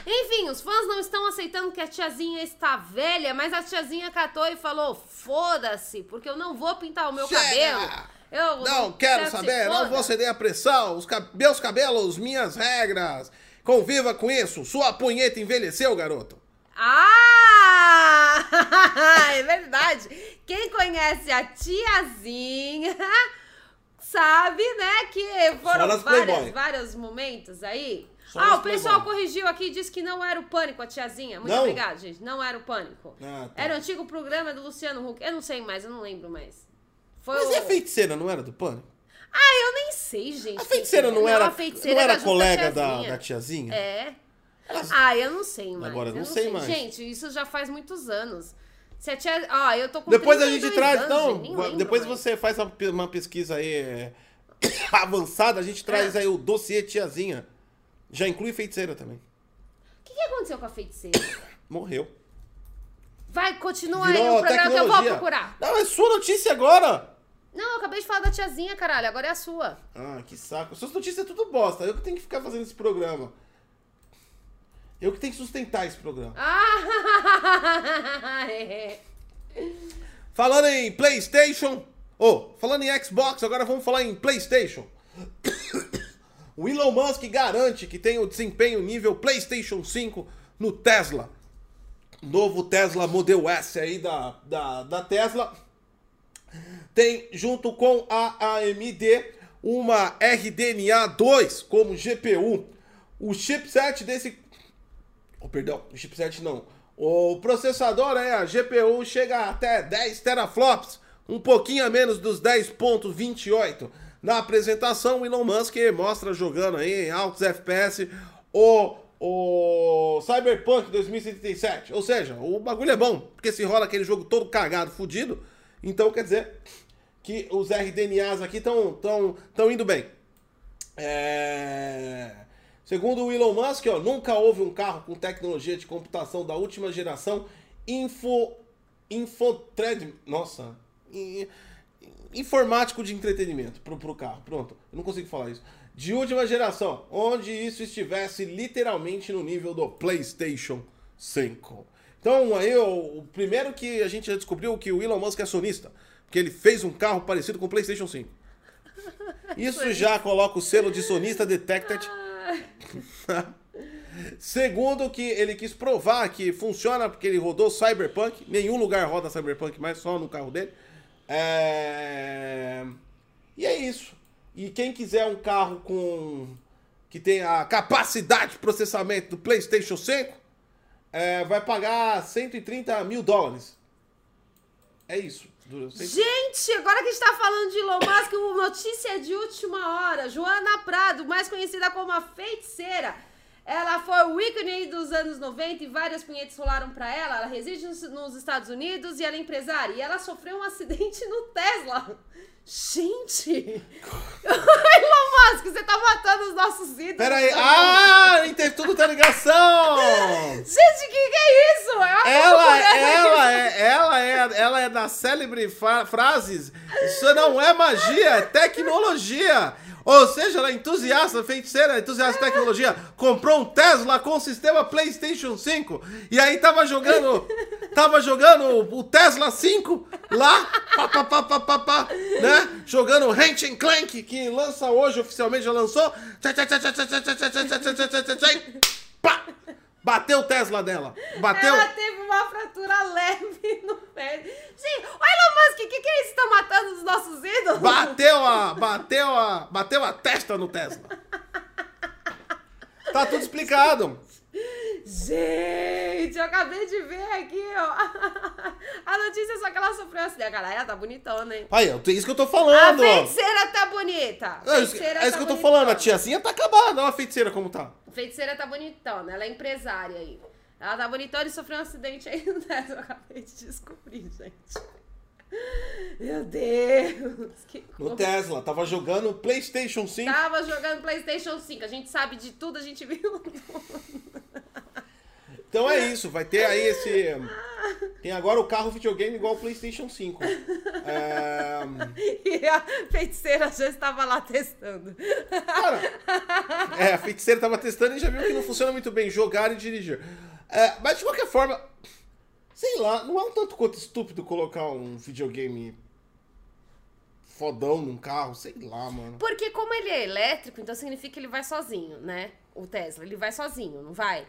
Enfim, os fãs não estão aceitando que a tiazinha está velha, mas a tiazinha catou e falou: foda-se, porque eu não vou pintar o meu Chega! cabelo. Eu Não quero que se saber, não foda." vou ceder à pressão, os cab- meus cabelos, minhas regras. Conviva com isso, sua punheta envelheceu, garoto. Ah! [LAUGHS] É verdade! Quem conhece a tiazinha sabe, né, que foram nas Playboy. várias, vários momentos aí. Só ah, nas o pessoal Playboy. corrigiu aqui e disse que não era o pânico a tiazinha. Muito Não? obrigada, gente. Não era o pânico. Ah, tá. Era o antigo programa do Luciano Huck. Eu não sei mais, eu não lembro mais. Foi Mas o... e a feiticeira, não era do pânico? Ah, eu nem sei, gente. A feiticeira não era, a feiticeira não era justa colega da, tiazinha. da tiazinha? É. Ah, eu não sei mais. Agora, eu não sei mais. Gente, isso já faz muitos anos. Se a tia... Ah, eu tô com Depois a 32 gente traz, anos, então, gente, nem lembro depois mais. você faz uma pe- uma pesquisa aí [COUGHS] é, avançada, a gente traz É. aí o dossiê tiazinha. Já inclui feiticeira também. O que, que aconteceu com a feiticeira? Morreu. Vai, continua aí Virou é, o programa que eu vou tecnologia. procurar. Não, é sua notícia agora. Não, eu acabei de falar da tiazinha, caralho. Agora é a sua. Ah, que saco. Suas notícias é tudo bosta. Eu que tenho que ficar fazendo esse programa. Eu que tenho que sustentar esse programa. Ah! [LAUGHS] é. Falando em PlayStation. Ô, falando em Xbox, agora vamos falar em PlayStation. [COUGHS] o Elon Musk garante que tem o desempenho nível PlayStation 5 no Tesla. Novo Tesla Model S aí da, da, da Tesla. Tem junto com a AMD uma RDNA 2 como GPU. O chipset desse Oh, perdão, o chipset não. O processador, é, a GPU, chega até 10 teraflops, um pouquinho a menos dos 10.28. Na apresentação, o Elon Musk mostra jogando aí em altos FPS o, o Cyberpunk 2077. Ou seja, o bagulho é bom, porque se rola aquele jogo todo cagado, fudido, então quer dizer que os RDNAs aqui estão tão, tão indo bem. É... Segundo o Elon Musk, ó, nunca houve um carro com tecnologia de computação da última geração info... Infotred... Nossa. I- Informático de entretenimento pro, pro carro. Pronto. Eu não consigo falar isso. De última geração, onde isso estivesse literalmente no nível do PlayStation 5. Então, aí, o, o primeiro que a gente já descobriu que o Elon Musk é sonista. Porque ele fez um carro parecido com o PlayStation 5. Isso já coloca o selo de sonista detected. [LAUGHS] Segundo que ele quis provar que funciona porque ele rodou Cyberpunk. Nenhum lugar roda Cyberpunk, mas só no carro dele. É... E é isso. E quem quiser um carro com que tem a capacidade de processamento do PlayStation 5, é, vai pagar 130 mil dólares. É isso. Dura- Gente, agora que a gente tá falando de Elon Musk, o notícia de última hora. Joana Prado, mais conhecida como a feiticeira. Ela foi o ícone aí dos anos 90 e várias punhetas rolaram pra ela. Ela reside nos, nos Estados Unidos e ela é empresária. E ela sofreu um acidente no Tesla. Gente! o [LAUGHS] Elon que você tá matando os nossos ídolos. Pera aí. Ah, inter... tudo tá ligação! Gente, o que, que é isso? Eu acabo Ela, por ela ela, é, ela, é, ela é da célebre fra- frases. Isso não é magia, é tecnologia. Ou seja, ela é entusiasta, feiticeira, entusiasta de tecnologia. Comprou um Tesla com sistema PlayStation 5 e aí tava jogando, tava jogando o Tesla 5 lá, pá, pá, pá, pá, pá, pá, né? Jogando Ratchet and Clank que lança hoje oficialmente já lançou. Tchá, tchá, tchá, tchá, tchá, tchá, tchá, tchá, tchá, tchá, tchá, tchá, tchá, tchá, e pá! Bateu o Tesla dela. Bateu. Ela teve uma fratura leve [LAUGHS] no pé. Gente, olha, Elon Musk, o que, que é isso? Tá matando os nossos ídolos? Bateu a. Bateu a. Bateu a testa no Tesla. Tá tudo explicado. Gente, eu acabei de ver aqui, ó. [LAUGHS] A notícia é só que ela sofreu um acidente. Cara, ela tá bonitona, hein? Aí, é isso que eu tô A falando. ó. feiticeira tá bonita. É isso, que- Feiticeira é isso tá que eu tô bonitona. falando. A tiazinha tá acabada. Olha a feiticeira como tá. Feiticeira tá bonitona, ela é empresária aí. Ela tá bonitona e sofreu um acidente aí [LAUGHS] no Tesla. Eu acabei de descobrir, gente. Meu Deus, que No coisa. Tesla. Tava jogando PlayStation 5. Tava jogando PlayStation 5, a gente sabe de tudo, a gente viu. [LAUGHS] Então é isso. Vai ter aí esse. Tem agora o carro videogame igual o PlayStation 5. É... E a feiticeira já estava lá testando. [LAUGHS] Cara, é, a feiticeira tava testando e já viu que não funciona muito bem jogar e dirigir. É, mas de qualquer forma, sei lá, não é um tanto quanto estúpido colocar um videogame fodão num carro, sei lá, mano. Porque como ele é elétrico, então significa que ele vai sozinho, né? O Tesla, ele vai sozinho, não vai?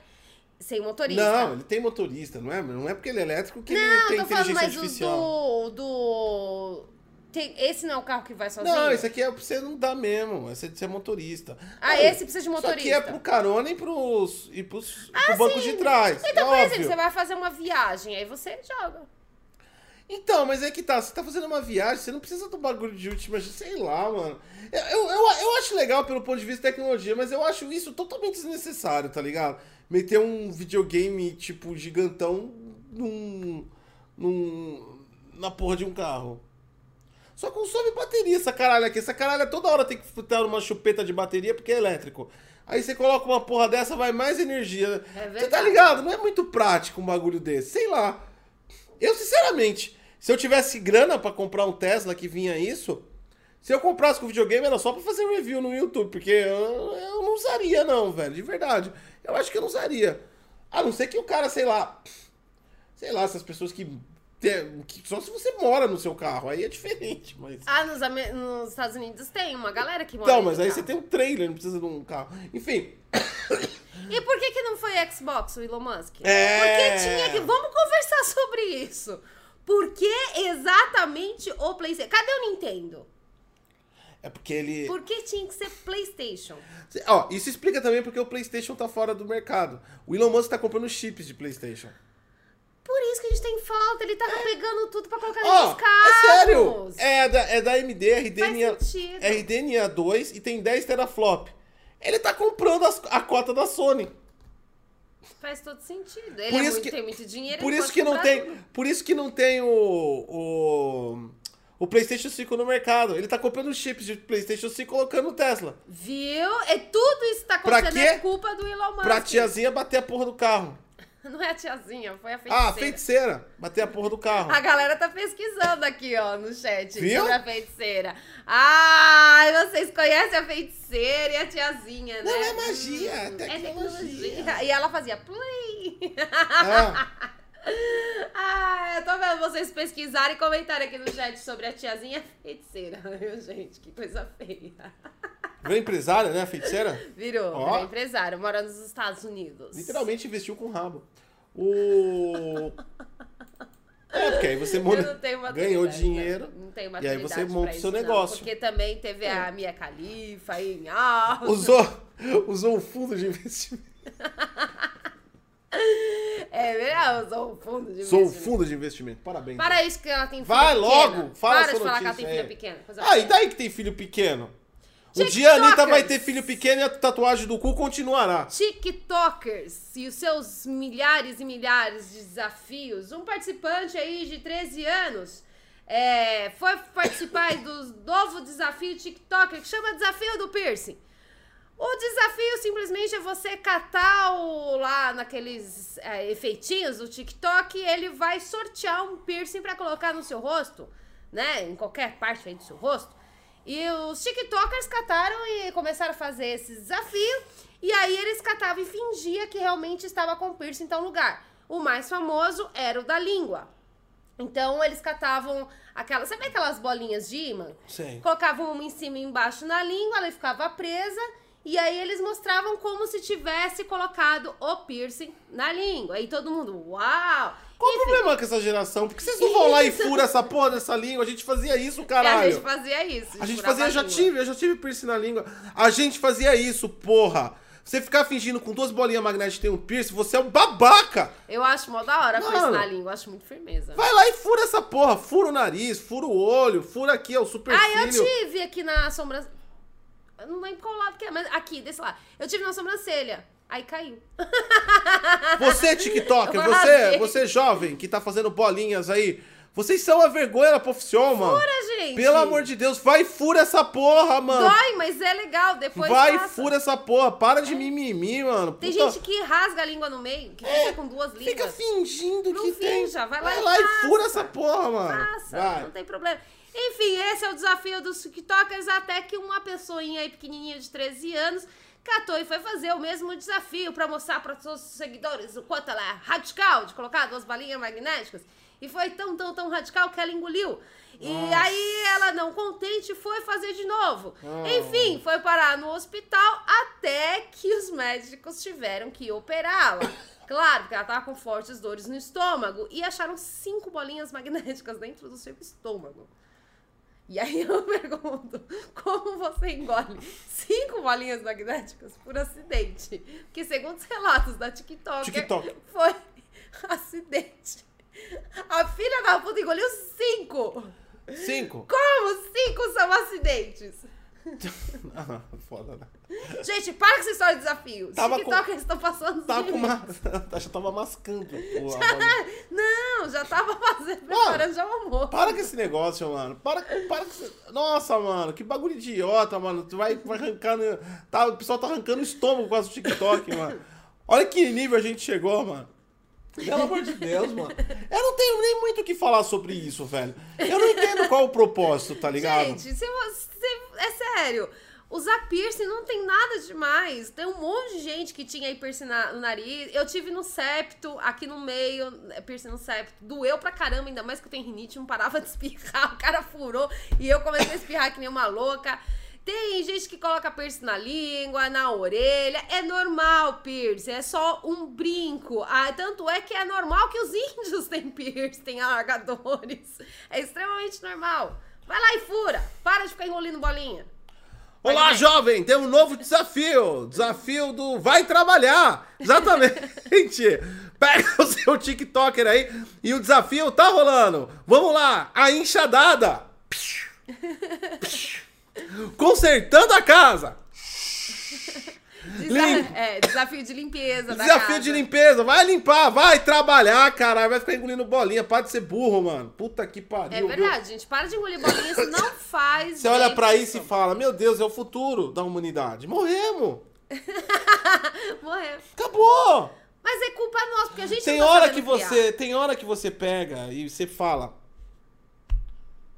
Sem motorista. Não, ele tem motorista, não é? Não é porque ele é elétrico que ele Não, tem tô inteligência falando, mas artificial. o do. do... Tem- esse não é o carro que vai sozinho? Não, isso aqui é pra você não dar mesmo, é você de ser motorista. Ah, Não, esse precisa de motorista. Ah, Isso aqui é pro carona e pros, e pros, pro banco de trás. Então, é por óbvio. exemplo, você vai fazer uma viagem, aí você joga. Então, mas é que tá, você tá fazendo uma viagem, você não precisa do bagulho de última, sei lá, mano. Eu, eu, eu, eu acho legal pelo ponto de vista de tecnologia, mas eu acho isso totalmente desnecessário, tá ligado? Meter um videogame, tipo, gigantão num. num. na porra de um carro. Só consome bateria essa caralho aqui. Essa caralho toda hora tem que botar uma chupeta de bateria porque é elétrico. Aí você coloca uma porra dessa, vai mais energia. É Você tá verdade. ligado? Não é muito prático um bagulho desse. Sei lá. Eu, sinceramente, se eu tivesse grana pra comprar um Tesla que vinha isso, se eu comprasse com videogame era só pra fazer review no YouTube, porque eu, eu não usaria não, velho, de verdade. Eu acho que eu não usaria. A não ser que o cara, sei lá, sei lá, essas pessoas que, te- que só se você mora no seu carro, aí é diferente, mas Ah, nos, Ame- nos Estados Unidos tem uma galera que mora. Então, no mas aí carro. você tem um trailer, não precisa de um carro. Enfim, E por que, que não foi Xbox, o Elon Musk? É. Porque tinha que. Vamos conversar [LAUGHS] sobre isso. Por que exatamente o PlayStation? Cadê o Nintendo? é porque ele Por que tinha que ser PlayStation? Ó, isso explica também porque o PlayStation tá fora do mercado. O Elon Musk tá comprando chips de PlayStation. Por isso que a gente tem falta. Ele tava pegando tudo pra colocar Ó, nos carros. é sério! É da, é da AMD, RDNA, Faz sentido. RDNA 2 e tem 10 teraflop. Ele tá comprando as- a cota da Sony. Faz todo sentido. Ele Por é isso muito- que- tem muito dinheiro. Por ele isso pode que não comprar tem, tudo. por isso que não tem o, o o PlayStation 5 no mercado. Ele tá comprando chips de PlayStation 5 e colocando no Tesla. Viu? É tudo isso que tá Pra acontecendo quê? é culpa do Elon Musk. Pra tiazinha bater a porra do carro. [LAUGHS] Não é a tiazinha, foi a feiticeira. Ah, feiticeira, bater a porra do carro. A galera tá pesquisando aqui, ó, no chat. Viu? Sobre a feiticeira. Ah, vocês conhecem a feiticeira e a tiazinha, né? Não é magia, é Hum, tecnologia. E ela fazia play. [LAUGHS] Ah, ah, eu tô vendo vocês pesquisarem e comentarem aqui no chat sobre a tiazinha e a feiticeira. [LAUGHS] Viu, gente? Que coisa feia. virou empresária, né, a feiticeira? Virou, Ó. virou empresário, mora nos Estados Unidos. Literalmente investiu com o rabo. O. É, porque aí você Eu mona- não tenho maturidade, ganhou não. dinheiro. Não tenho e aí você maturidade monta pra o seu isso, não, negócio. É. porque também teve a Mia Khalifa aí em alta. Usou, [LAUGHS] usou um fundo de investimento. É, verdade, usou um fundo de Usou um investimento. fundo de investimento. Parabéns. Para isso que ela tem filha Vai pequena. logo, fala Para sua de falar que ela notícia tem filha aí. pequena. coisa Ah, e daí que tem filho pequeno? Um TikTokers. dia a Anitta vai ter filho pequeno e a tatuagem do cu continuará. TikTokers e os seus milhares e milhares de desafios. Um participante aí de 13 anos [LAUGHS] é, foi participar do novo desafio TikToker, que chama Desafio do Piercing. O desafio simplesmente é você catar o, lá naqueles é, efeitinhos do TikTok e ele vai sortear um piercing pra colocar no seu rosto, né? Em qualquer parte aí do seu rosto. E os TikTokers cataram e começaram a fazer esse desafio. E aí eles catavam e fingia que realmente estava com piercing em tal lugar. O mais famoso era o da língua. Então eles catavam aquelas. Sabe aquelas bolinhas de imã? Sim. Colocavam uma em cima e embaixo na língua, ela ficava presa. E aí eles mostravam como se tivesse colocado o piercing na língua. Aí todo mundo, uau! Qual o Enfim, problema com essa geração? Por que vocês não vão lá e furam essa porra dessa língua? A gente fazia isso, caralho. A gente fazia isso. A gente furava fazia, eu já língua. tive, eu já tive piercing na língua. A gente fazia isso, porra. Você ficar fingindo com duas bolinhas magnéticas e tem um piercing, você é um babaca. Eu acho mó da hora Mano. piercing na língua, acho muito firmeza. Vai lá e fura essa porra. Fura o nariz, fura o olho, fura aqui, ó, o supercílio. Ah, eu tive aqui na sobrancelha. Eu não lembro qual lado que é, mas aqui, desse lado. Eu tive na sobrancelha. Aí caiu. Você, é TikToker, Eu você, arrasei. você jovem que tá fazendo bolinhas aí, vocês são a vergonha da profissão, mano. Fura, gente. Pelo amor de Deus, vai e fura essa porra, mano. Dói, mas é legal. Depois vai e passa. fura essa porra. Para de mimimi, mano. Tem Puta, É, gente que rasga a língua no meio, que fica com duas línguas. Fica fingindo Não que tem. finja, vai lá e e faça. fura essa porra, mano. Passa, Vai. não tem problema. Enfim, esse é o desafio dos TikTokers, até que uma pessoinha aí pequenininha de 13 anos catou e foi fazer o mesmo desafio pra mostrar para seus seguidores o quanto ela é radical de colocar duas balinhas magnéticas. E foi tão, tão, tão radical que ela engoliu. E Nossa. aí ela, não contente, foi fazer de novo. Ah. Enfim, foi parar no hospital até que os médicos tiveram [COUGHS] que operá-la. Claro, porque ela tava com fortes dores no estômago e acharam cinco bolinhas magnéticas dentro do seu estômago. E aí eu [LAUGHS] pergunto, como você engole cinco bolinhas magnéticas por acidente? Porque segundo os relatos da TikToker, TikTok. foi [LAUGHS] acidente. A filha da puta engoliu cinco! Cinco. [LAUGHS] Como cinco são acidentes? Ah, Foda, né? Gente, para com essa história de desafio. Os Tava com- TikTokers estão passando Tava com de- uma... [LAUGHS] Já tava mascando. porra, mano. [LAUGHS] Não, já tava fazendo, preparando já o almoço. Para com esse negócio, mano. Para, para com esse... Nossa, mano. Que bagulho idiota, mano. Tu vai, vai arrancando... Tá, o pessoal tá arrancando o estômago com do TikTok, mano. Olha que nível a gente chegou, mano. Pelo amor de Deus, mano. Eu não tenho nem muito o que falar sobre isso, velho. Eu não entendo qual o propósito, tá ligado? Gente, se você. É sério. Usar piercing não tem nada demais. Tem um monte de gente que tinha aí piercing na- no nariz. Eu tive no septo, aqui no meio, é, piercing no septo. Doeu pra caramba, ainda mais que eu tenho rinite, não parava de espirrar. [LAUGHS] O cara furou e eu comecei a espirrar que nem uma louca. Tem gente que coloca piercing na língua, na orelha. É normal piercing, é só um brinco. Ah, tanto é que é normal que os [LAUGHS] índios têm piercing, têm alargadores. É extremamente normal. Vai lá e fura. Para de ficar engolindo bolinha. Olá, jovem! Tem um novo desafio! Desafio do Vai Trabalhar! Exatamente! [LAUGHS] Pega o seu TikToker aí e o desafio tá rolando! Vamos lá! A enxadada! Consertando a casa! Desa- Limpa. é, desafio de limpeza da Desafio casa. de limpeza! Vai limpar, vai trabalhar, caralho! Vai ficar engolindo bolinha, para de ser burro, mano! Puta que pariu! É viu? verdade, gente. Para de engolir bolinha, isso [LAUGHS] não faz. Você olha bem pra pra isso [LAUGHS] e fala: Meu Deus, é o futuro da humanidade! Morremos! pessoa. Morreu. Acabou! Mas é culpa nossa, porque a gente Tem não tá hora sabendo que criar. você, tem hora que você pega e você fala,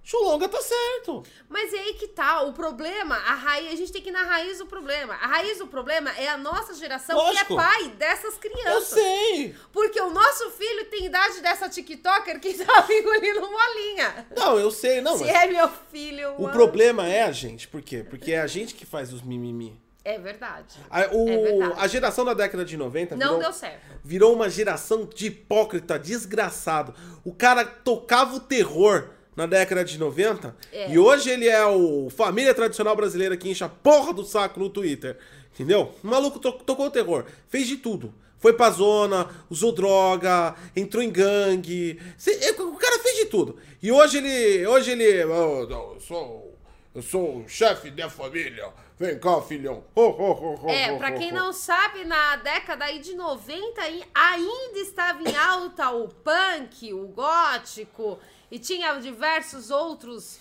Chulonga tá certo. Mas é aí que tá o problema, a raiz, a gente tem que ir na raiz do problema. A raiz do problema é a nossa geração que Lógico. é pai dessas Eu crianças. sei. Porque o nosso filho tem idade dessa TikToker que [LAUGHS] tava engolindo bolinha. Não, eu sei, não. Se mas é meu filho. o mano. problema é a gente, por quê? Porque é a gente que faz os mimimi. É verdade. A, o- É verdade. a geração da década de 90 Não Tá virou, deu certo. virou uma geração de hipócrita, desgraçado. O cara tocava o terror na década de 90 É. e hoje ele é o família tradicional brasileira que enche a porra do saco no Twitter. Entendeu? O maluco to- tocou o terror, fez de tudo. Foi pra zona, usou droga, entrou em gangue. Cê- é, o cara fez de tudo. E hoje ele. Hoje ele. "Oh, não, eu sou. Eu sou o chefe da família. Vem cá, filhão. Ho, ho, ho, ho, É, ho, pra ho, quem ho." não sabe, na década aí de 90 aí ainda estava em alta o punk, o gótico e tinha diversos outros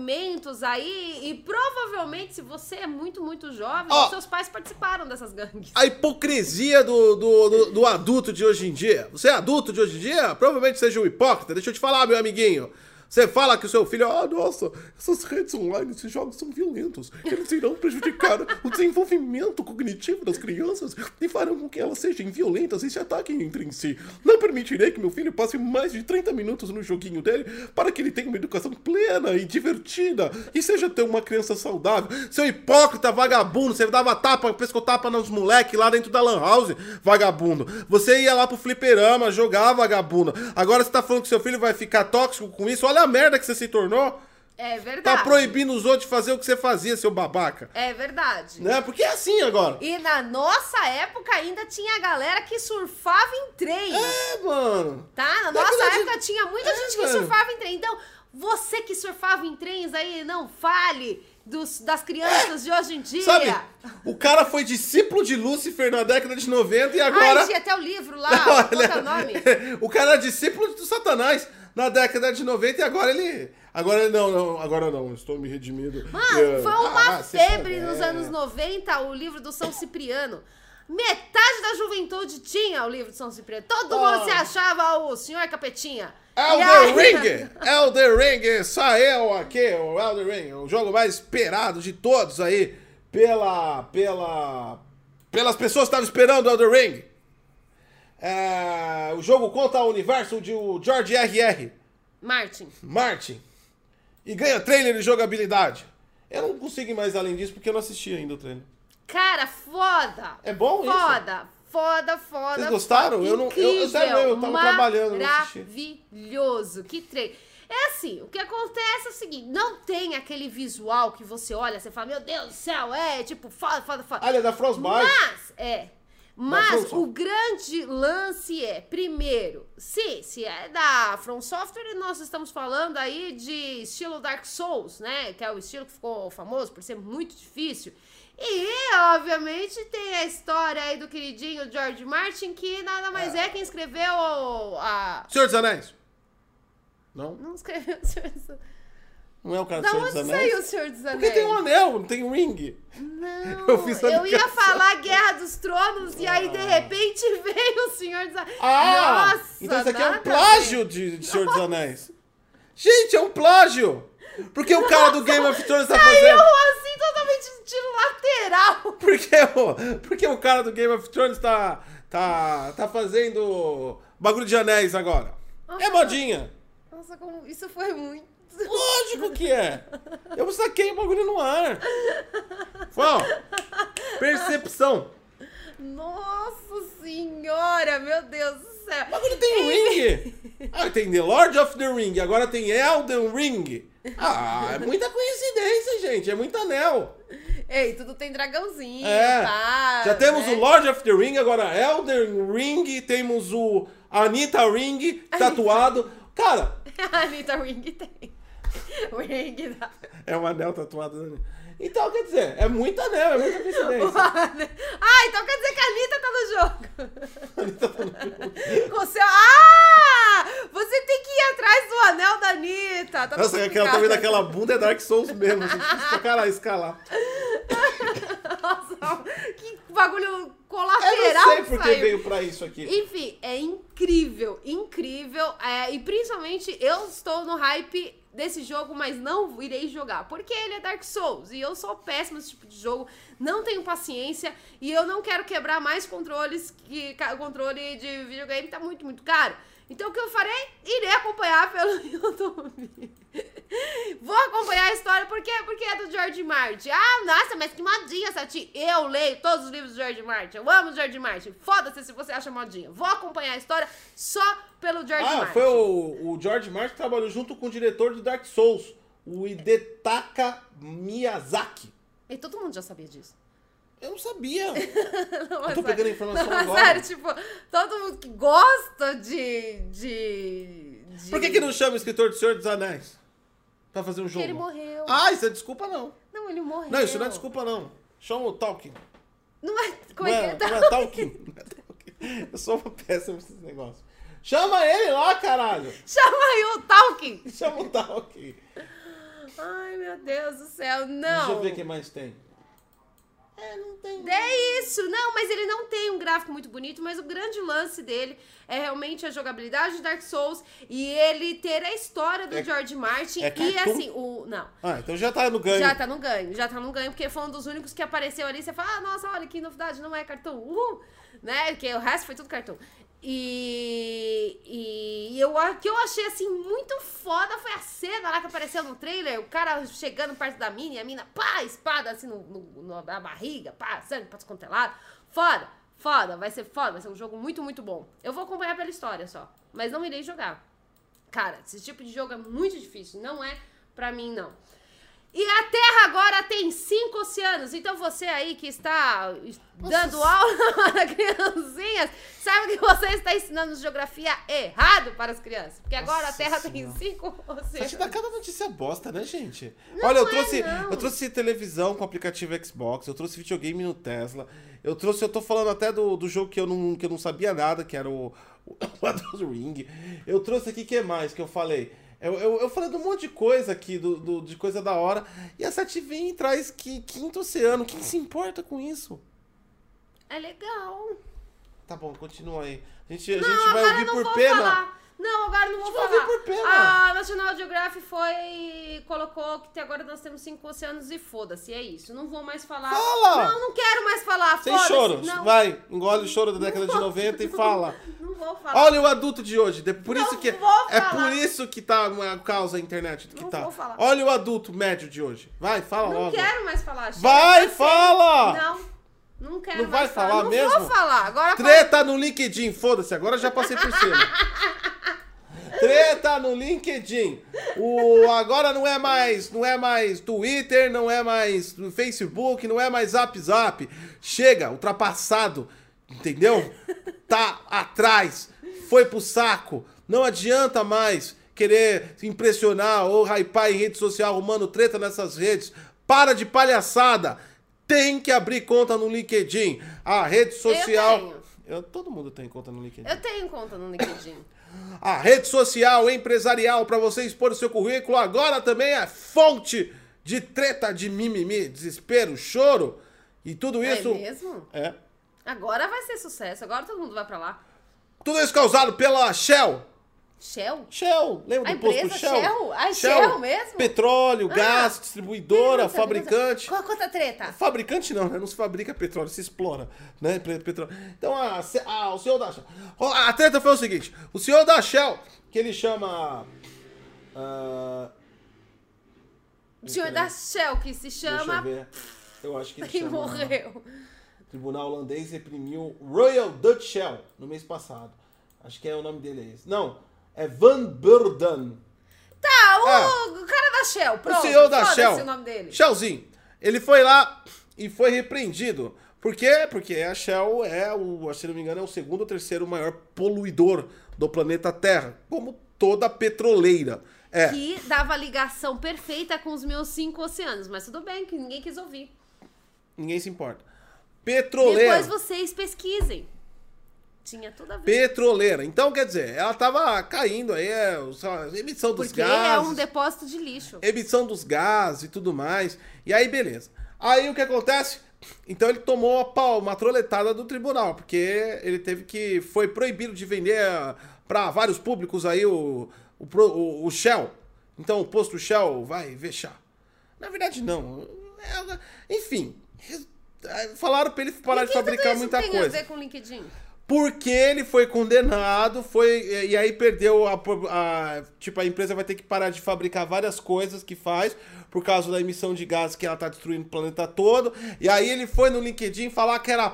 movimentos aí. E provavelmente, se você é muito, muito jovem, Ó. Tá seus pais participaram dessas gangues. A hipocrisia do, do, do- do adulto de hoje em dia. Você é adulto de hoje em dia? Provavelmente seja um hipócrita. Deixa eu te falar, meu amiguinho. Você fala que o seu filho, ah, nossa, essas redes online, esses jogos são violentos. Eles irão prejudicar o desenvolvimento cognitivo das crianças e farão com que elas sejam violentas e se ataquem entre em si. Não permitirei que meu filho passe mais de 30 minutos no joguinho dele para que ele tenha uma educação plena e divertida e seja ter uma criança saudável. Seu hipócrita, vagabundo, você dava tapa, pescotapa nos moleques lá dentro da lan house, vagabundo. Você ia lá pro fliperama jogar, vagabundo. Agora você tá falando que seu filho vai ficar tóxico com isso? Olha a merda que você se tornou. É verdade. Tá proibindo os outros de fazer o que você fazia, seu babaca. É verdade. Né? Porque é assim agora. E na nossa época ainda tinha a galera que surfava em trem. É, mano. Tá? Na Não, nossa quando a época tinha muita É, gente que velho. surfava em trem. Então, você que surfava em trens aí, não fale dos, das crianças de hoje em dia. Sabe? O cara foi discípulo de Lúcifer na década de 90 e Ai, agora. tinha até o livro [LAUGHS] lá, qual que é o nome? Olha, [LAUGHS] o cara é discípulo do Satanás na década de 90 e agora ele. Agora ele não, não, agora não, estou me redimindo. Mano, Eu- foi Ah, uma ah, se febre foder. nos anos 90 o livro do São Cipriano. Metade da juventude tinha o livro de São Cipriano. Todo mundo Ah. se achava o senhor capetinha. E Elden aí- É Ring! Elden Ring! Saiu aqui, o Elden Ring, o jogo mais esperado de todos aí pela. pela. pelas pessoas que estavam esperando o Elden Ring. É, o jogo conta o universo de o George R.R. [LAUGHS] Martin. Martin. E ganha trailer de jogabilidade. Eu não consigo ir mais além disso porque eu não assisti ainda o trailer. Cara, foda! É bom isso? Foda, foda, foda. Vocês gostaram? Eu não- eu- eu- sério mesmo, eu tava trabalhando, eu não assisti. Maravilhoso, que trem. É assim, o que acontece é o seguinte, não tem aquele visual que você olha, você fala, meu Deus do céu, é, tipo, foda, foda, foda. Ah, ele é da Frostbite. Mas, é. Mas Mas From o grande lance é, primeiro, se, se é da From Software, nós estamos falando aí de estilo Dark Souls, né? Que é o estilo que ficou famoso por ser muito difícil. E, obviamente, tem a história aí do queridinho George Martin, que nada mais é quem escreveu a. Senhor dos Anéis. Não? Não escreveu o Senhor dos Anéis. Não é o cara do Da Senhor dos onde Anéis? saiu o Senhor dos Anéis? Porque tem um anel, não tem um ring. Não, Eu fiz a eu ia ligação. falar Guerra dos Tronos e aí de repente [LAUGHS] veio o Senhor dos Anéis. Ah! Nossa, então isso aqui é nada um a plágio de, de Senhor dos Anéis. Gente, é um plágio! Porque o cara do Game of Thrones tá ver. Saiu fazendo. assim totalmente de tiro lateral. Porque o, porque o cara do Game of Thrones tá, tá, tá fazendo bagulho de anéis agora. É modinha. Nossa, como isso foi muito. Lógico que é. Eu saquei o bagulho no ar. Fó, percepção. Nossa senhora, meu Deus do céu. O bagulho tem um ring. Ah, tem The Lord of the Ring, agora tem Elden Ring. Ah, é muita coincidência, gente. É muito anel. Ei, tudo tem dragãozinho, É. pá, Já temos [LAUGHS] né? o Lord of the Ring, agora Elden Ring, temos o Anita Ring tatuado. Cara, A Anitta Ring tá tem. Ring da... É um anel tatuado. né? Então, quer dizer, é muito anel, é muita coincidência. Ah, então quer dizer que a Anitta tá no jogo. Com seu. Ah! Você tem que ir atrás do anel da Anitta. Tá Nossa, aquela também daquela bunda é Dark Souls mesmo. Gente, difícil pra caralho escalar. Nossa, que bagulho Eu colateral não sei que por que saiu. veio pra isso aqui. Enfim, é incrível, incrível. é, e principalmente eu estou no hype desse jogo, mas não irei jogar. Porque ele é Dark Souls e eu sou péssima nesse tipo de jogo, não tenho paciência e eu não quero quebrar mais controles que ca- controle de videogame tá muito, muito caro. Então o que eu farei? Irei acompanhar pelo [LAUGHS] YouTube. Vou acompanhar a história porque, porque é do George Martin. Ah, nossa, mas que modinha, Sati. Eu leio todos os livros do George Martin. Eu amo o George Martin. Foda-se se você acha modinha. Vou acompanhar a história só pelo George Ah, Martin. foi o, o George Martin que trabalhou junto com o diretor de Dark Souls, o Hidetaka Miyazaki. E todo mundo já sabia disso. Eu não [LAUGHS] sabia. Não, Eu é tô sério. pegando a [LAUGHS] informação Não, é agora. sério, tipo, todo mundo que gosta de... de, de- Por que, que não chama o escritor do Senhor dos Anéis? Pra fazer um Porque jogo. ele morreu. Ah, isso é desculpa não. Não, ele morreu. Não, isso não é desculpa não. Chama o Tolkien. Não é... Não Como é é, que [LAUGHS] não é? é Tolkien. Não é Tolkien. [LAUGHS] Eu sou uma péssima nesses negócios. Chama ele lá, caralho. Chama aí o Tolkien. Chama o Tolkien. Ai, meu Deus do céu, não. Deixa eu ver o que mais tem. É, não tem. É isso, não, mas ele não tem um gráfico muito bonito, mas o grande lance dele é realmente a jogabilidade de Dark Souls e ele ter a história do É- George Martin é e cartoon? assim, o. Não. Ah, então já tá no ganho. Já tá no ganho, já tá no ganho, porque foi um dos únicos que apareceu ali. Você fala, ah, nossa, olha que novidade, não é cartão, uhul! Né? Porque o resto foi tudo cartão. E, e, eu, a- o que eu achei assim muito foda foi a cena lá que apareceu no trailer: o cara chegando perto da mina e a mina, pá, espada assim no, no- no- na barriga, pá, sangue pra descontelar. Foda, foda, vai ser foda, vai ser um jogo muito, muito bom. Eu vou acompanhar pela história só, mas não irei jogar. Cara, esse tipo de jogo é muito difícil, não é pra mim, não. E a Terra agora tem cinco oceanos. Então você aí que está dando aula [LAUGHS] para criancinhas, sabe que você está ensinando geografia errado para as crianças. Porque agora a Nossa Terra tem Senhora. cinco Tá te dá oceanos. cada notícia bosta, né, gente? Olha, eu trouxe, não. eu trouxe televisão com aplicativo Xbox, eu trouxe videogame no Tesla, eu trouxe, eu tô falando até do, do jogo que eu, não, que eu não sabia nada, que era o, [LAUGHS] o Elder Ring. Eu trouxe aqui, que mais que eu falei? Eu, eu, eu falei de um monte de coisa aqui, do, do- de coisa da hora, e a 7 vem e traz que, quinto oceano, quem se importa com isso? É legal. Tá bom, continua aí. A gente, a Não, gente vai agora ouvir não por vou pena. falar. Não, agora não vai vou falar. Ah, ouvir por pena. A National Geographic foi. colocou que até agora nós temos cinco oceanos e foda-se, é isso. Não vou mais falar. Fala! Não, não quero mais falar. Sem foda-se. choro, Não, vai, engole o choro da década de 90 e fala. não vou falar. Olha o adulto de hoje. de- por Não isso que vou é falar. por isso que tá uma causa a internet do que Não tá. vou falar. Olha o adulto médio de hoje. Vai, fala Não logo. quero mais falar. chega, Vai, cansei. fala! Não, não quero Não mais vai falar não mesmo? vou falar. Agora Treta no LinkedIn, foda-se, agora já passei por cima. Treta no LinkedIn. O agora não é mais, não é mais Twitter, não é mais Facebook, não é mais Zap Zap. Chega, ultrapassado, entendeu? Tá atrás, foi pro saco. Não adianta mais querer impressionar ou hypar em rede social, arrumando treta nessas redes. Para de palhaçada. Tem que abrir conta no LinkedIn. A rede social. tenho. Eu- todo mundo tem conta no LinkedIn. Eu tenho conta no LinkedIn. A rede social empresarial para você expor o seu currículo agora também é fonte de treta, de mimimi, desespero, choro e tudo [LAUGHS] isso. É mesmo? É. Agora vai ser sucesso. Agora todo mundo vai pra lá. Tudo isso causado pela Shell. Shell? Shell, lembra A do posto empresa Shell? Shell? A Shell mesmo? Petróleo, Ah. gás, distribuidora, Pergunta, fabricante. pergunta. Qual quanto a treta? Fabricante não, né? Não se fabrica petróleo, se explora, né? Pe- Petróleo. Então, a, se- a- o senhor da Shell... Ó, A treta foi o seguinte. O senhor da Shell, que ele chama... ah, O senhor da Shell, que se Deixa eu [LAUGHS] chama ver. Eu acho que ele e chama- morreu. O tribunal holandês reprimiu Royal Dutch Shell no mês passado. Acho que é o nome dele é esse. Não, é Van Burden. Tá, o, É. o cara da Shell, pronto. o CEO da Foda-se Shell. o nome dele. Shellzinho. Ele foi lá e foi repreendido. Por quê? Porque a Shell é, o, se não me engano, é o segundo ou terceiro maior poluidor do planeta Terra. Como toda petroleira. É. Que dava ligação perfeita com os meus cinco oceanos. Mas tudo bem, que ninguém quis ouvir. Ninguém se importa. Petroleira. Depois vocês pesquisem. Tinha tudo a ver. Petroleira. Então, quer dizer, ela tava caindo aí, é, o- a emissão dos Porque gases. é um depósito de lixo. emissão dos gases e tudo mais. E aí, beleza. Aí o que acontece? Então ele tomou a pau, uma troletada do tribunal, porque ele teve que. Foi proibido de vender para vários públicos aí o, o, pro- o- o Shell. Então o posto Shell vai vexar. Na verdade, não. É, Enfim. res- eh, Falaram pra ele parar E de que tudo fabricar isso muita tem coisa a ver com o LinkedIn? porque ele foi condenado, foi e aí perdeu a, a- tipo a empresa vai ter que parar de fabricar várias coisas que faz por causa da emissão de gases que ela tá destruindo o planeta todo. E aí ele foi no LinkedIn falar que era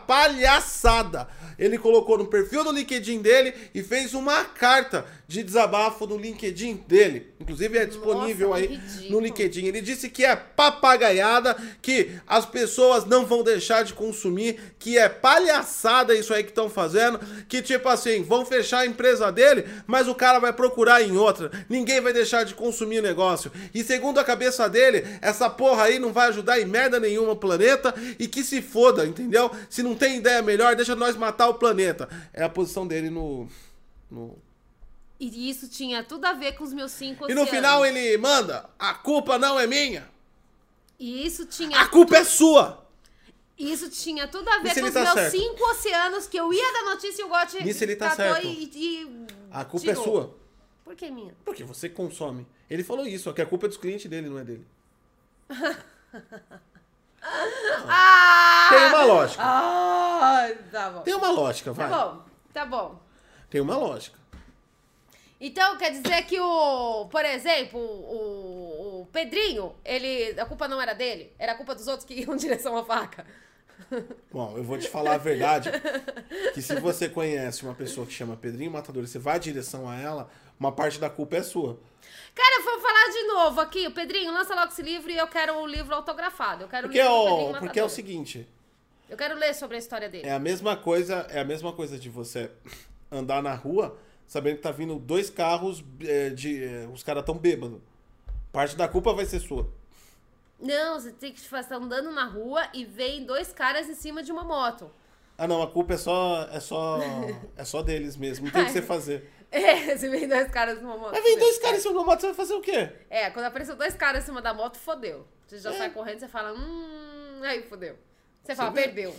palhaçada. Ele colocou no perfil do LinkedIn dele e fez uma carta de desabafo no LinkedIn dele. Inclusive é disponível Nossa, que aí no ridículo. LinkedIn. LinkedIn. Ele disse que é papagaiada, que as pessoas não vão deixar de consumir, que é palhaçada isso aí que estão fazendo, que tipo assim, vão fechar a empresa dele, mas o cara vai procurar em outra. Ninguém vai deixar de consumir o negócio. E segundo a cabeça dele, essa porra aí não vai ajudar em merda nenhuma o planeta e que se foda, entendeu? Se não tem ideia melhor, deixa nós matar o planeta. É a posição dele no no E isso tinha tudo a ver com os meus cinco E no oceanos. final ele manda: a culpa não é minha, E isso tinha, a culpa é sua. e isso tinha tudo a ver Nisso com ele os tá meus certo. cinco oceanos que eu ia dar notícia e o Gotti Nisso ele tá catou certo. E, e- A culpa é tirou. sua. Por que minha? Porque você consome. Ele falou isso, ó, que a culpa é dos clientes dele, não é dele. Ah! Tem uma lógica. Ah, tá bom. Tem uma lógica, Tá vai. bom, tá bom. Tem uma lógica. Então quer dizer que o, por exemplo, o, o Pedrinho, ele, a culpa não era dele, era a culpa dos outros que [LAUGHS] iam em direção à faca. [LAUGHS] Bom, eu vou te falar a verdade. Que se você conhece uma pessoa que chama Pedrinho Matador e você vai em direção a ela, uma parte da culpa é sua. Cara, vamos falar de novo aqui. Pedrinho, lança logo esse livro e eu quero o livro autografado. Eu quero Porque, o é livro do o- Pedrinho porque é o Matador. seguinte, Eu quero ler sobre a história dele. é a mesma coisa, é a mesma coisa de você andar na rua sabendo que tá vindo dois carros é, de. é, os caras tão bêbados. Parte da culpa vai ser sua. Não, você tem que tipo, você tá andando na rua e vem dois caras em cima de uma moto. [LAUGHS] Ah não, a culpa é só. é só. é só deles mesmo. Não tem o que [LAUGHS] você fazer. É, você vem dois caras numa moto. Mas vem dois caras em cima de uma moto, você vai fazer o quê? É, quando apareceu dois caras em cima da moto, fodeu. Você É. já sai correndo, você fala, hum, aí fodeu. Você fala, vê? perdeu.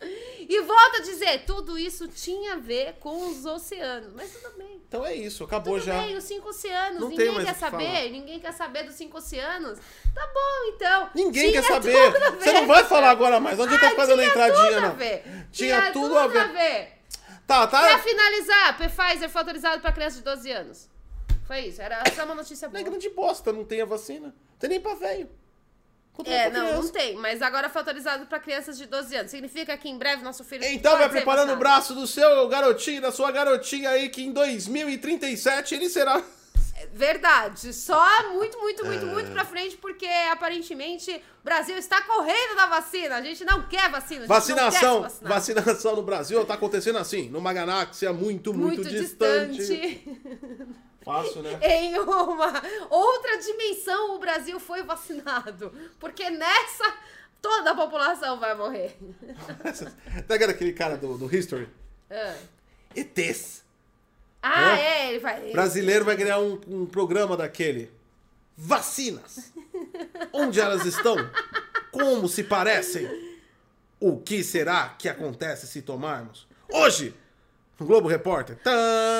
[LAUGHS] e volta a dizer, tudo isso tinha a ver com os oceanos. Mas tudo bem. Então é isso, acabou Tudo já. bem, os cinco oceanos, Não tem ninguém mais o quer que saber, falar. ninguém quer saber dos cinco oceanos. Tá bom, então. Ninguém Tinha quer saber. tudo a ver. Você não vai falar agora mais. Onde eu tô Ah, fazendo a tinha entradinha, tudo a não? ver. Tinha tudo a ver. Tá, Pra tá. finalizar, Pfizer foi autorizado pra criança de 12 anos. Foi isso, era só uma notícia Não boa. é grande bosta, não tem a vacina. Não tem nem pra velho. Quanto mais É, pra não, criança. não tem, mas agora foi autorizado pra crianças de 12 anos. Significa que em breve nosso filho. Então pode vai ser preparando o vacinado. braço do seu garotinho, da sua garotinha aí, que em 2037 ele será. É Verdade, só muito, muito, muito, muito pra frente, porque aparentemente o Brasil está correndo da vacina. A gente não quer vacina. a gente não quer se Vacinação! vacinar. Vacinação no Brasil tá acontecendo assim, numa galáxia muito, é muito, Muito, distante. distante. [LAUGHS] Fácil, né? Em uma outra dimensão, o Brasil foi vacinado. Porque nessa, toda a população vai morrer. tá ligado aquele cara do, do History? Ah. ETs. Ah, É? é, ele vai. Brasileiro vai criar um, um programa daquele. Vacinas. Onde elas estão? Como se parecem? O que será que acontece se tomarmos? Hoje, no Globo Repórter. Tã-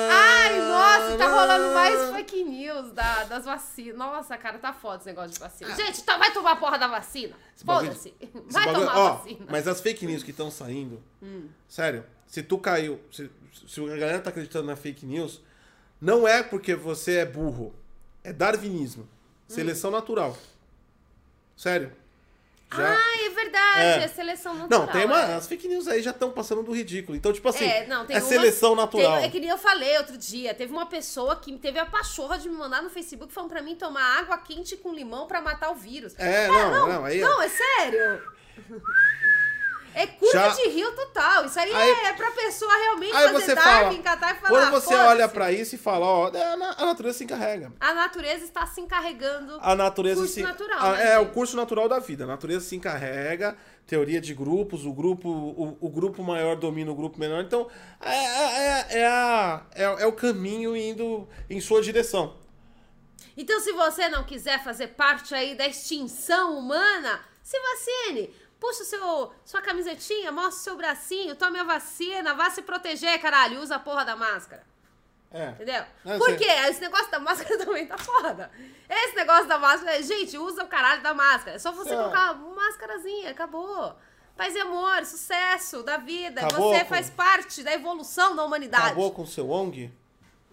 Ai, nossa, tá rolando Ah. mais fake news da, das vacinas. Nossa, cara, tá foda esse negócio de vacina. Gente, tá, vai tomar a porra da vacina. bagulho- Foda-se. Esse Vai bagulho- tomar a ó, vacina. Hum. Mas as fake news que estão saindo, sério, se tu caiu, se, se a galera tá acreditando na fake news, não é porque você é burro. É darwinismo. Hum. Seleção natural. Sério. Já- Ai, é verdade. É, É. seleção Não, natural. tem uma. é. As fake news aí já estão passando do ridículo. Então, tipo assim, É, não, tem é uma- seleção Tem- natural. é que nem eu falei outro dia. Teve uma pessoa que teve a pachorra de me mandar no Facebook falando pra mim tomar água quente com limão pra matar o vírus. É, Cara, não, não, aí- Ah, Não, é sério. É curva Já- de rio total. Isso aí, Aí- é, é pra pessoa realmente Aí fazer você Darwin, fala. catar e falar. Quando você "Foda-se". olha pra isso e fala, ó, é, a na- a natureza se encarrega. A natureza está se encarregando. A natureza Curso se. natural, a- né, é gente? o curso natural da vida. A natureza se encarrega, teoria de grupos, o grupo, o, o grupo maior domina o grupo menor. Então, é, é, é, é a- é, é o caminho indo em sua direção. Então, se você não quiser fazer parte aí da extinção humana, se vacine. Puxa o seu, sua camisetinha, mostra o seu bracinho, tome a vacina, vá se proteger, caralho. Usa a porra da máscara. É. Entendeu? Ah, Por sim. quê? Esse negócio da máscara [LAUGHS] também tá foda. Esse negócio da máscara, gente, usa o caralho da máscara. É só você É. colocar uma máscarazinha, acabou. Paz e amor, sucesso da vida. Acabou você com- faz parte da evolução da humanidade. Acabou com o seu ONG?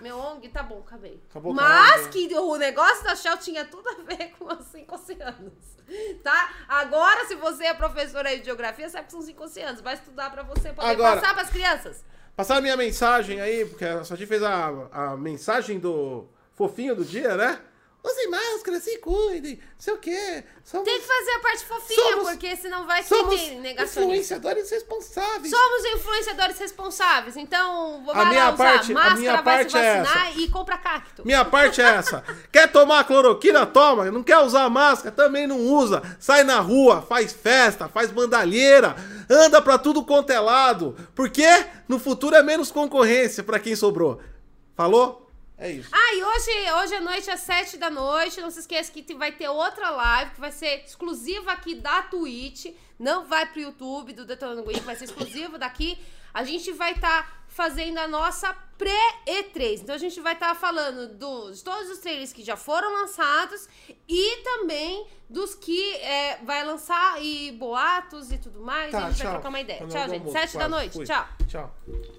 Meu ONG, tá bom, acabei. Acabou, Mas acabou. que o negócio da Shell tinha tudo a ver com os cinco oceanos, tá? Agora, se você é professora aí de geografia, sabe que são cinco oceanos. Vai estudar pra você poder Agora. passar pras crianças. Passar a minha mensagem aí, porque a Sati fez a, a mensagem do fofinho do dia, né? Usem máscara, se cuidem, não sei o quê. Somos, Tem que fazer a parte fofinha, Somos- porque senão vai somos ser negacionista. influenciadores responsáveis. Somos influenciadores responsáveis, então vai A minha lá usar parte- a máscara, minha vai parte se é vacinar e compra cacto. Minha parte é essa. Quer tomar cloroquina? Toma. Não quer usar máscara? Também não usa. Sai na rua, faz festa, faz bandalheira, anda pra tudo quanto é lado. Porque no futuro é menos concorrência pra quem sobrou. Falou? É isso. Ah, e hoje, hoje à noite, às 7 da noite, não se esqueça que te- vai ter outra live que vai ser exclusiva aqui da Twitch. Não vai pro YouTube do Detonando Geek, vai ser exclusivo daqui. A gente vai estar fazendo a nossa pré-E3. Então a gente vai estar falando do- de todos os trailers que já foram lançados e também dos que é, vai lançar e boatos e tudo mais. então a gente vai trocar uma ideia. Tá na hora tchau, do gente. almoço, 7 da quase. noite. Fui. Tchau. Tchau.